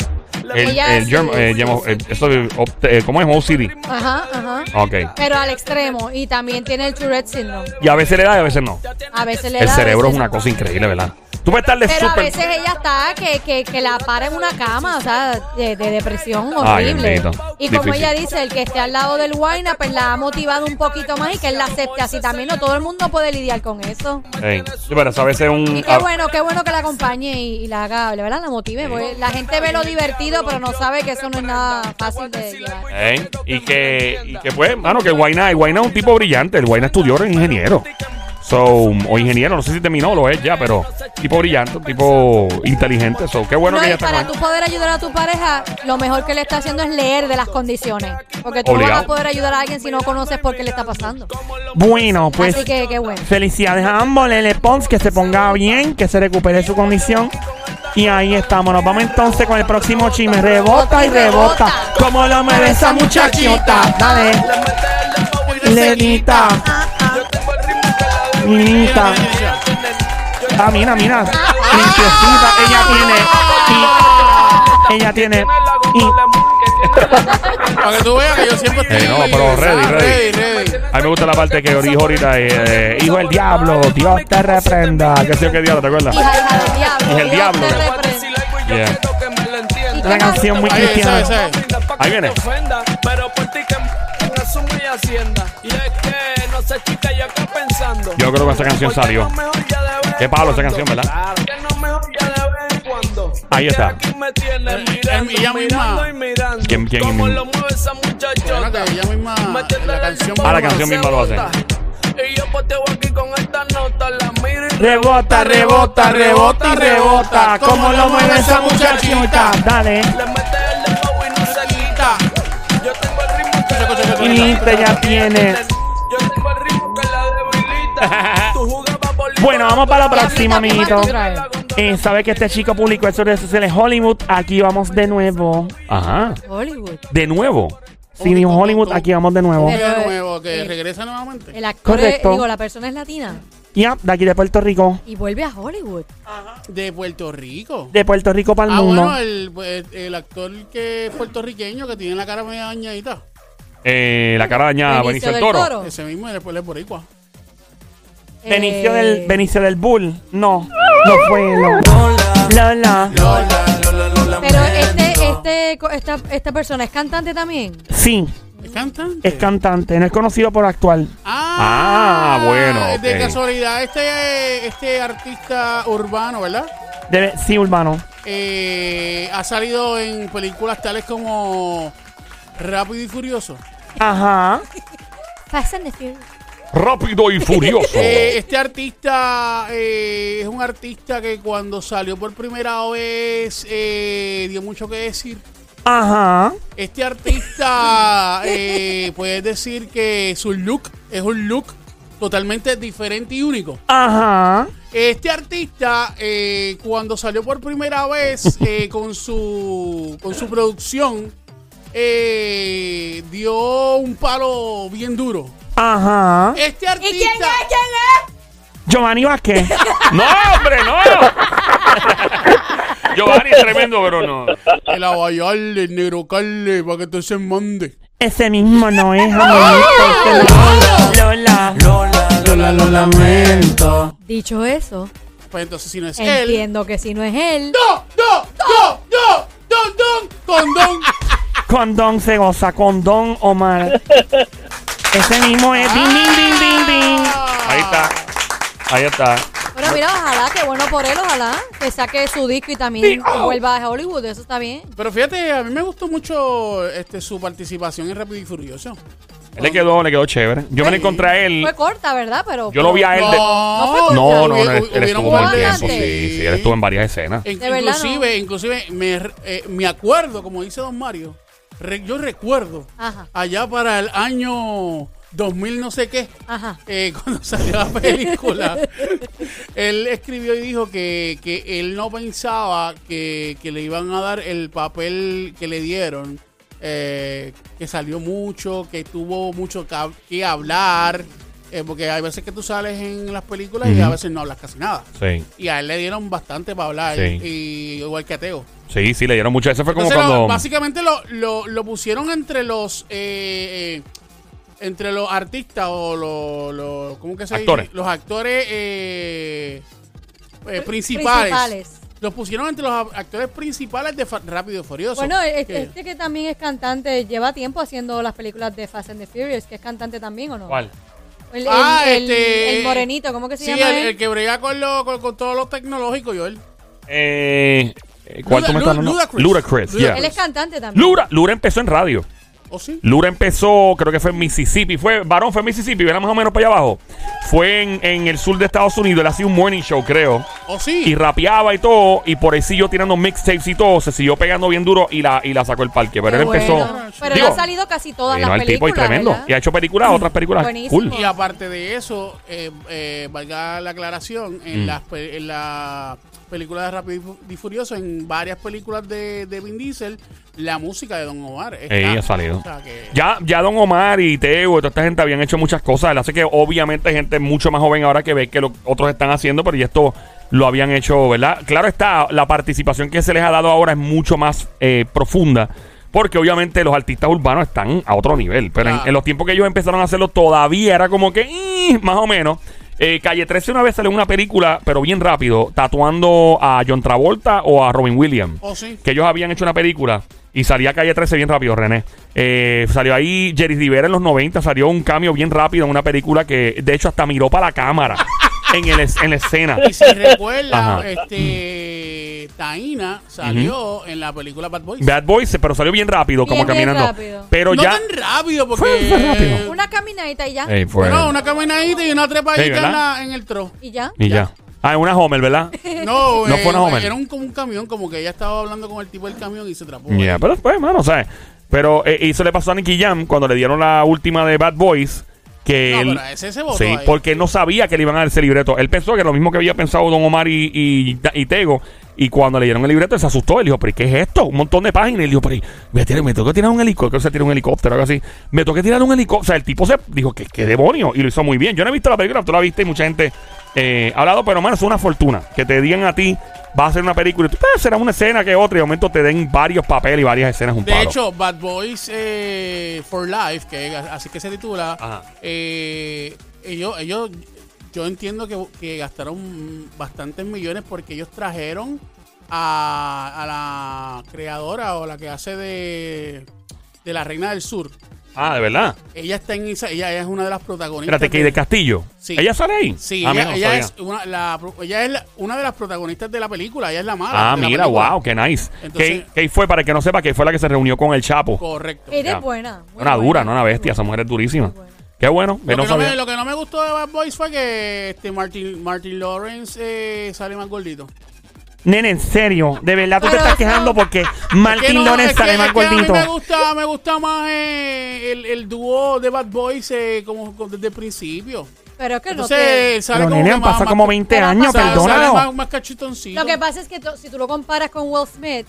Speaker 1: El,
Speaker 2: Ella
Speaker 1: el
Speaker 2: sí.
Speaker 1: germ- eh, germo- eh, eso, eh, opt- eh, ¿Cómo es? OCD.
Speaker 2: Ajá, ajá.
Speaker 1: Ok.
Speaker 2: Pero al extremo, y también tiene el Tourette Syndrome.
Speaker 1: Y a veces le da y a veces no.
Speaker 2: A veces le
Speaker 1: El
Speaker 2: da, a
Speaker 1: cerebro es
Speaker 2: veces
Speaker 1: una
Speaker 2: no.
Speaker 1: cosa increíble, ¿verdad? Tú puedes estar de
Speaker 2: Pero a
Speaker 1: súper.
Speaker 2: veces ella está que, que, que la para en una cama, o sea, de, de depresión
Speaker 1: Ay,
Speaker 2: horrible.
Speaker 1: bendito.
Speaker 2: y como
Speaker 1: Difícil.
Speaker 2: ella dice, el que esté al lado del Guayna, pues la ha motivado un poquito más y que él la acepte así también. No todo el mundo puede lidiar con eso.
Speaker 1: Ey, sí, pero eso a veces un.
Speaker 2: Y qué
Speaker 1: a-
Speaker 2: bueno, qué bueno que la acompañe y, y la haga, ¿verdad? La motive. porque la gente ve lo divertido, pero no sabe que eso no es nada fácil de llevar.
Speaker 1: Ey, y que, y que pues, mano, que Guayna, el Guayna es un tipo brillante. El Guayna estudió, era ingeniero. So, o ingeniero, no sé si terminó o lo es ya, pero tipo brillante, un tipo inteligente. So, qué bueno
Speaker 2: No,
Speaker 1: que ella
Speaker 2: y
Speaker 1: está
Speaker 2: para
Speaker 1: con-
Speaker 2: tú poder ayudar a tu pareja, lo mejor que le está haciendo es leer de las condiciones. Porque tú no
Speaker 1: Obligado.
Speaker 2: vas a poder ayudar a alguien si no conoces por qué le está pasando.
Speaker 7: Bueno, pues
Speaker 2: Así que qué bueno.
Speaker 7: felicidades a ambos. Lele Pons, que se ponga bien, que se recupere su condición. Y ahí estamos. Nos vamos entonces con el próximo chisme. Rebota y rebota. Como lo merece esa muchachita. Dale. Lenita. Lenita. Ah, mira, mira. Limpiecita.
Speaker 5: Ah.
Speaker 7: Ella tiene. Y, ella tiene. Y,
Speaker 5: Para que tú veas que yo siempre estoy.
Speaker 1: Eh, no, pero ready,
Speaker 5: Ah,
Speaker 1: ready.
Speaker 5: ready, ready.
Speaker 1: A mí me gusta la parte que dijo ahorita, eh, hijo del diablo, Dios te reprenda. ¿Qué sé yo qué diablo, te acuerdas?
Speaker 2: Hija, hija del diablo.
Speaker 1: Hija del
Speaker 2: Dios
Speaker 1: diablo.
Speaker 2: te reprenda.
Speaker 1: Yeah.
Speaker 2: ¿Y qué
Speaker 7: una
Speaker 2: más?
Speaker 7: canción muy
Speaker 5: Ahí,
Speaker 7: cristiana.
Speaker 5: ¿sabes? ¿sabes?
Speaker 1: Ahí viene.
Speaker 6: Pero por ti que me asumo y hacienda. Y es que no sé, chica, yo acá pensando.
Speaker 1: Yo creo que esa canción salió. Qué palo esa canción, ¿verdad? Ahí está.
Speaker 5: ella misma.
Speaker 1: ¿Quién- quién misma?
Speaker 5: Bueno, que ella misma. La canción.
Speaker 1: Ah, la canción misma lo hace.
Speaker 6: Y yo poteo aquí con esta nota, la miro y
Speaker 7: Rebota, rebota, rebota y rebota. Como lo mueve esa muchachita. Dale.
Speaker 6: le mete el dembow y no se quita. Yo tengo el ritmo que
Speaker 7: Y lista ya tiene.
Speaker 6: Yo tengo el ritmo que la debilita. Tú jugabas bolita.
Speaker 7: Bueno, vamos para la
Speaker 2: Diablita,
Speaker 7: próxima,
Speaker 2: ¿qué más
Speaker 7: amiguito.
Speaker 2: tú traes?
Speaker 7: Eh, sabe que este chico publicó en sus redes sociales Hollywood. Aquí vamos de nuevo.
Speaker 1: Ajá.
Speaker 2: Hollywood.
Speaker 1: De nuevo.
Speaker 7: Si dijo Hollywood, aquí vamos de nuevo.
Speaker 5: De
Speaker 2: Pero,
Speaker 5: nuevo, que
Speaker 2: eh,
Speaker 5: regresa nuevamente.
Speaker 2: El actor, es-
Speaker 7: Correcto.
Speaker 2: digo, la persona es latina
Speaker 7: Ya, de aquí de Puerto Rico.
Speaker 2: y vuelve a Hollywood.
Speaker 5: De Puerto Rico.
Speaker 7: De Puerto Rico para el
Speaker 5: Ah,
Speaker 7: mundo.
Speaker 5: bueno, el, el- el actor que es puertorriqueño que tiene la cara media dañadita.
Speaker 1: Eh, la cara dañada, Benicio del Toro.
Speaker 2: Oh.
Speaker 5: Ese mismo, y después es boricua.
Speaker 7: Benicio,
Speaker 2: Eh,
Speaker 7: del, Benicio del Bull. No, no fue Lola. Lola.
Speaker 2: Pero este, este, co- esta, esta persona es cantante también.
Speaker 7: Sí,
Speaker 5: ¿Es cantante?
Speaker 7: es cantante. No es conocido por actual.
Speaker 1: Ah, bueno,
Speaker 5: De
Speaker 1: ok.
Speaker 5: casualidad, este, este artista urbano, ¿verdad?
Speaker 7: Debe, sí, Urbano.
Speaker 5: Eh, ha salido en películas tales como Rápido y Furioso.
Speaker 7: Ajá.
Speaker 2: Fast and the Furious.
Speaker 1: Rápido y furioso.
Speaker 5: Eh, este artista eh, es un artista que cuando salió por primera vez eh, dio mucho que decir.
Speaker 3: Ajá.
Speaker 5: Este artista, eh, puedes decir que su look es un look totalmente diferente y único.
Speaker 3: Ajá.
Speaker 5: Este artista, eh, cuando salió por primera vez eh, con, su, con su producción, eh, dio un palo bien duro.
Speaker 3: Ajá.
Speaker 5: Este
Speaker 2: ¿Y quién
Speaker 5: artista...
Speaker 2: es? ¿Quién es?
Speaker 3: Giovanni Vázquez.
Speaker 1: ¡No, hombre, no! Giovanni es tremendo, pero no.
Speaker 5: El abayarle, el negro carle, para que tú se mande.
Speaker 3: Ese mismo no es amorito. Lola.
Speaker 4: Lola, lo lamento.
Speaker 2: Dicho eso,
Speaker 5: Pues entonces, si no es él.
Speaker 2: entiendo que si no es él,
Speaker 5: ¡Do, do, do, do! ¡Don, don! ¡Con don!
Speaker 3: Condón se goza. Condón Omar. Ese mismo es. Ding, ding, ding, ding, ding.
Speaker 5: Ah.
Speaker 1: Ahí está. Ahí está.
Speaker 2: Bueno, mira, ojalá, que bueno por él, ojalá que saque su disco y también vuelva a Hollywood, eso está bien.
Speaker 5: Pero fíjate, a mí me gustó mucho este, su participación en Rápido y Furioso.
Speaker 1: Le quedó, le quedó chévere. Yo me lo encontré a él.
Speaker 2: Fue corta, ¿verdad? Pero
Speaker 1: Yo lo vi a él. Ah, de-
Speaker 2: No fue corta.
Speaker 1: No, no, no. Él,
Speaker 5: Hubi-
Speaker 1: él
Speaker 5: hubieron
Speaker 1: estuvo un buen
Speaker 2: varias
Speaker 1: tiempo. Sí,
Speaker 5: antes.
Speaker 1: sí. Él estuvo en varias escenas.
Speaker 5: In-
Speaker 2: De verdad,
Speaker 5: inclusive, inclusive me, re- eh, me acuerdo, como dice Don Mario, re- yo recuerdo
Speaker 2: Ajá.
Speaker 5: allá para el año 2000 no sé qué,
Speaker 2: Ajá.
Speaker 5: eh, cuando salió la película, él escribió y dijo que, que él no pensaba que, que le iban a dar el papel que le dieron, eh, que salió mucho, que tuvo mucho que, hab- que hablar, eh, porque hay veces que tú sales en las películas y a veces no hablas casi nada.
Speaker 1: Sí.
Speaker 5: Y a él le dieron bastante para hablar.
Speaker 1: Sí.
Speaker 5: Y igual que a Teo.
Speaker 1: Sí, sí, le dieron mucho. Eso fue como
Speaker 5: Entonces, lo-
Speaker 1: cuando.
Speaker 5: básicamente lo, lo, lo pusieron entre los. eh, eh, entre los artistas o los. los- ¿Cómo que se dice?
Speaker 1: Actores.
Speaker 5: Los actores eh, eh, principales.
Speaker 2: Principales.
Speaker 5: Los pusieron entre los a- actores principales de Fa- Rápido y Furioso.
Speaker 2: Bueno,
Speaker 5: Que-
Speaker 2: este, este que también es cantante, lleva tiempo haciendo las películas de Fast and the Furious, que es cantante también, ¿o no?
Speaker 1: ¿Cuál?
Speaker 2: El, el-
Speaker 5: Ah,
Speaker 2: el-
Speaker 5: este-
Speaker 2: el morenito, ¿cómo que se
Speaker 5: Sí, el,
Speaker 2: llama? él?
Speaker 5: el que brega con, lo, con, con todo lo tecnológico, Joel.
Speaker 1: Eh, ¿Cuál
Speaker 5: Luda-
Speaker 1: tú me estás hablando?
Speaker 5: Ludacris.
Speaker 1: Ludacris, yeah.
Speaker 2: Él es cantante también.
Speaker 1: Lura, Lura empezó en radio.
Speaker 5: ¿O sí?
Speaker 1: Lura empezó, creo que fue en Mississippi. Fue, varón fue en Mississippi, era más o menos para allá abajo. Fue en, en el sur de Estados Unidos. Él hacía un morning show, creo.
Speaker 5: ¿O sí?
Speaker 1: Y rapeaba y todo. Y por ahí siguió tirando mixtapes y todo. Se siguió pegando bien duro y la, y la sacó el parque. Pero
Speaker 2: Qué
Speaker 1: él empezó.
Speaker 5: Ah,
Speaker 2: bueno. Pero
Speaker 1: Digo,
Speaker 2: él ha salido casi todas
Speaker 1: eh,
Speaker 2: las
Speaker 1: no, el
Speaker 2: películas.
Speaker 1: tipo es tremendo.
Speaker 2: ¿verdad?
Speaker 1: Y ha hecho películas, otras películas.
Speaker 2: Buenísimo.
Speaker 1: Cool.
Speaker 5: Y aparte de eso, eh, eh, valga la aclaración, en,
Speaker 1: Mm.
Speaker 5: las pe- en la película de Rápido y Fu- y Furioso, en varias películas de, de Vin Diesel, la música de Don Omar está-
Speaker 1: Ey, ha salido.
Speaker 5: o sea que-
Speaker 1: Ya, ya Don Omar y Teo y toda esta gente habían hecho muchas cosas. Él hace que obviamente hay gente mucho más joven ahora que ve que lo otros están haciendo, pero ya esto lo habían hecho, ¿verdad? Claro está, la participación que se les ha dado ahora es mucho más eh, profunda. Porque obviamente los artistas urbanos están a otro nivel. Pero en,
Speaker 5: Claro.
Speaker 1: en los tiempos que ellos empezaron a hacerlo todavía era como que "Mm", más o menos. Eh, Calle 13 una vez salió una película, pero bien rápido, tatuando a John Travolta o a Robin Williams
Speaker 5: ¿O Oh, sí?
Speaker 1: que ellos habían hecho una película y salía Calle 13 bien rápido, René. Eh, salió ahí Jerry Rivera en los 90, salió un cambio bien rápido en una película que de hecho hasta miró para la cámara en, el, es- en la escena.
Speaker 5: Y si recuerda,
Speaker 1: Ajá.
Speaker 5: este, Taina salió en la película Bad Boys.
Speaker 1: Bad Boys, pero salió bien rápido, como
Speaker 2: Bien, bien
Speaker 1: caminando.
Speaker 2: rápido.
Speaker 1: Pero
Speaker 5: no
Speaker 1: ya...
Speaker 5: tan rápido, porque...
Speaker 1: Fue- fue rápido.
Speaker 2: Una caminadita y ya.
Speaker 1: Ey, fue-
Speaker 5: No, una caminadita y una trepadita
Speaker 1: Sí, ¿verdad?
Speaker 5: en, la- en el tro.
Speaker 2: Y ya.
Speaker 1: y ya. Ah, en una Homer, ¿verdad?
Speaker 5: No,
Speaker 1: No
Speaker 5: eh,
Speaker 1: fue una Homer.
Speaker 5: era un, como un camión, como que ella estaba hablando con el tipo del camión y se trapó.
Speaker 1: Ya, pero pues, mano, ¿sabes? Pero eh, y eso le pasó a Nicky Jam cuando le dieron la última de Bad Boys. Que
Speaker 5: No,
Speaker 1: él-
Speaker 5: pero ese se botó
Speaker 1: Sí,
Speaker 5: ahí.
Speaker 1: porque él no sabía que le iban a dar ese libreto. Él pensó que lo mismo que había pensado Don Omar y, y- y Tego. Y cuando le dieron el libreto, él se asustó. Él dijo, ¿pero qué es esto? Un montón de páginas. Y él dijo, pero me, tiene- me tengo que tirar un helicóptero. Creo que se tiró un helicóptero, algo así. Me tengo que tirar un helicóptero. O sea, el tipo se dijo, ¿qué, qué demonio? Y lo hizo muy bien. Yo no he visto la película, tú la viste y mucha gente eh, ha hablado, pero hermano, es una fortuna. Que te digan a ti, vas a hacer una película. Y tú, "Ah, será una escena que otra. Y de momento te den varios papeles y varias escenas un
Speaker 5: De
Speaker 1: palo.
Speaker 5: hecho, Bad Boys eh, for Life, que así que se titula,
Speaker 1: Ajá.
Speaker 5: eh, ellos, ellos, yo entiendo que, que gastaron bastantes millones porque ellos trajeron a, a la creadora o la que hace de, de La Reina del Sur.
Speaker 1: Ah, de verdad.
Speaker 5: Ella está en esa- ella, ella es una de las protagonistas.
Speaker 1: Espérate, que de Castillo.
Speaker 5: Sí.
Speaker 1: ¿Ella sale ahí?
Speaker 5: Sí,
Speaker 1: Ah,
Speaker 5: ella,
Speaker 1: mira, no
Speaker 5: ella
Speaker 1: sabía.
Speaker 5: es una, la- ella es la- una de las protagonistas de la película, ella es la mala.
Speaker 1: Ah,
Speaker 5: de la
Speaker 1: mira,
Speaker 5: película.
Speaker 1: wow, qué nice.
Speaker 5: Entonces-
Speaker 1: Kate- Kate fue, para el que no sepa, que fue la que se reunió con el Chapo.
Speaker 5: Correcto.
Speaker 2: Ella
Speaker 1: Ya.
Speaker 2: es buena. muy
Speaker 1: Una
Speaker 2: buena,
Speaker 1: dura, no una
Speaker 2: muy
Speaker 1: bestia, esa
Speaker 2: buena.
Speaker 1: mujer es durísima.
Speaker 2: Muy buena.
Speaker 1: Kate Qué bueno.
Speaker 5: Lo,
Speaker 1: Yo no
Speaker 5: que no me,
Speaker 1: sabía.
Speaker 5: lo que no me gustó de Bad Boys fue que este Martin, Martin Lawrence eh, sale más gordito.
Speaker 7: Nene, en serio, de verdad tú te estás quejando porque Martín
Speaker 5: Que no,
Speaker 7: Lorenz
Speaker 5: es que-
Speaker 7: sale
Speaker 5: es
Speaker 7: más
Speaker 5: que
Speaker 7: gordito.
Speaker 5: A mí me gusta, me gusta más eh, el, el dúo de Bad Boys eh, como, como desde el principio.
Speaker 2: Pero que no
Speaker 5: Entonces,
Speaker 2: te...
Speaker 5: él sale
Speaker 7: Pero
Speaker 5: como
Speaker 7: nene,
Speaker 5: que
Speaker 7: han
Speaker 5: más-
Speaker 7: pasado
Speaker 5: más-
Speaker 7: como 20
Speaker 2: pero
Speaker 7: años,
Speaker 5: sale- sale
Speaker 7: perdónalo.
Speaker 5: más, más cachutoncito.
Speaker 2: Lo que pasa es que to- si tú lo comparas con Will Smith,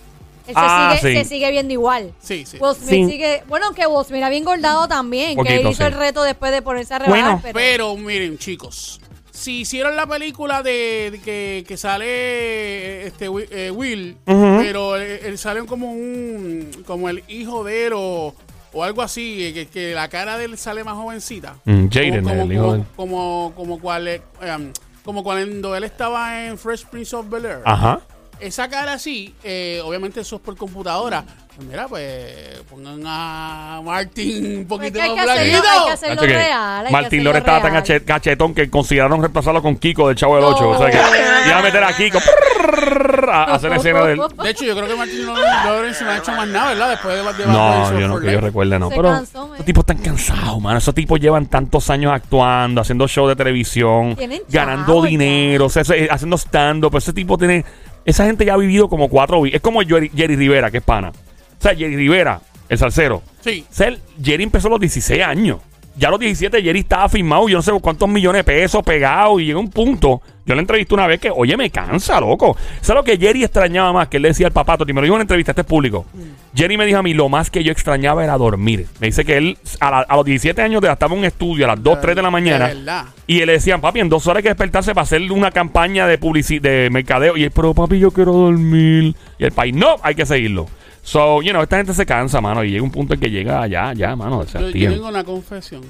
Speaker 2: él se,
Speaker 1: Ah,
Speaker 2: sigue,
Speaker 1: sí.
Speaker 2: se sigue viendo igual.
Speaker 5: Sí, sí.
Speaker 2: Will Smith
Speaker 7: Sí.
Speaker 2: sigue... Bueno, aunque Will Smith había engordado también, que
Speaker 1: Poquito,
Speaker 2: él hizo
Speaker 1: sí.
Speaker 2: el reto después de ponerse a rebajar,
Speaker 7: Bueno,
Speaker 2: pero...
Speaker 5: Pero miren, chicos, si hicieron la película de, de que, que sale eh, este Wi- eh, Will, pero él, él sale como un como el hijo de él o, o algo así, eh, que, que la cara de él sale más jovencita.
Speaker 1: Mm, Jaden,
Speaker 5: Como-
Speaker 1: el hijo de él.
Speaker 5: como, como, como cual, eh, um, como cuando él estaba en Fresh Prince of Bel Air.
Speaker 2: Ah.
Speaker 1: Ajá.
Speaker 5: Esa cara así, eh, obviamente eso es por computadora. Pues mira, pues pongan a Martin un
Speaker 2: Pues
Speaker 5: poquito
Speaker 2: que hay que
Speaker 5: más
Speaker 2: hacerlo,
Speaker 5: blanquito.
Speaker 2: hay que hacerlo
Speaker 1: Cacho que
Speaker 2: real. hay que
Speaker 1: Martín
Speaker 2: hacerlo
Speaker 1: Lore estaba tan
Speaker 2: real.
Speaker 1: gache- cachetón que consideraron reemplazarlo con Kiko del Chavo del 8. O sea que
Speaker 2: No.
Speaker 1: iban a meter a Kiko prrrr, a hacer la escena del.
Speaker 5: De hecho, yo creo que Martin Lawrence Lawrence no ha hecho más nada, ¿verdad? Después de, de Bad
Speaker 1: No,
Speaker 5: Boys
Speaker 1: yo no,
Speaker 5: for
Speaker 1: que yo
Speaker 5: Life.
Speaker 1: recuerde, no.
Speaker 2: Se
Speaker 1: Pero
Speaker 2: cansó, eh.
Speaker 1: esos tipos están cansados, mano. Esos tipos llevan tantos años actuando, haciendo shows de televisión,
Speaker 2: Tienen
Speaker 1: ganando
Speaker 2: chavos,
Speaker 1: dinero, o sea, ese- eh, haciendo stand-up. Pero ese tipo tiene. Esa gente ya ha vivido como cuatro vidas. Es como Jerry, Jerry Rivera, que es pana. O sea, Jerry Rivera, el salsero.
Speaker 5: Sí.
Speaker 1: O sea, el- Jerry empezó a los 16 años. Ya a los 17 Jerry estaba firmado, yo no sé cuántos millones de pesos pegado y llegó un punto. Yo le entrevisté una vez que, oye, me cansa, loco. ¿Sabes lo que Jerry extrañaba más? Que él le decía al papá, Toti, me lo dijo en una entrevista, este es público. Jerry me dijo a mí, lo más que yo extrañaba era dormir. Me dice que él a, la- a los 17 años de- estaba en un estudio a las 2, 3 de la mañana.
Speaker 5: De verdad.
Speaker 1: Y él le decían, papi, en dos horas hay que despertarse para hacer una campaña de publici de mercadeo. Y él, pero papi, yo quiero dormir. Y el país, no, hay que seguirlo. So, you know, esta gente se cansa, mano. Y llega un punto en que llega ya, ya, mano. se
Speaker 5: Yo, yo
Speaker 1: hastian.
Speaker 5: tengo una confesión.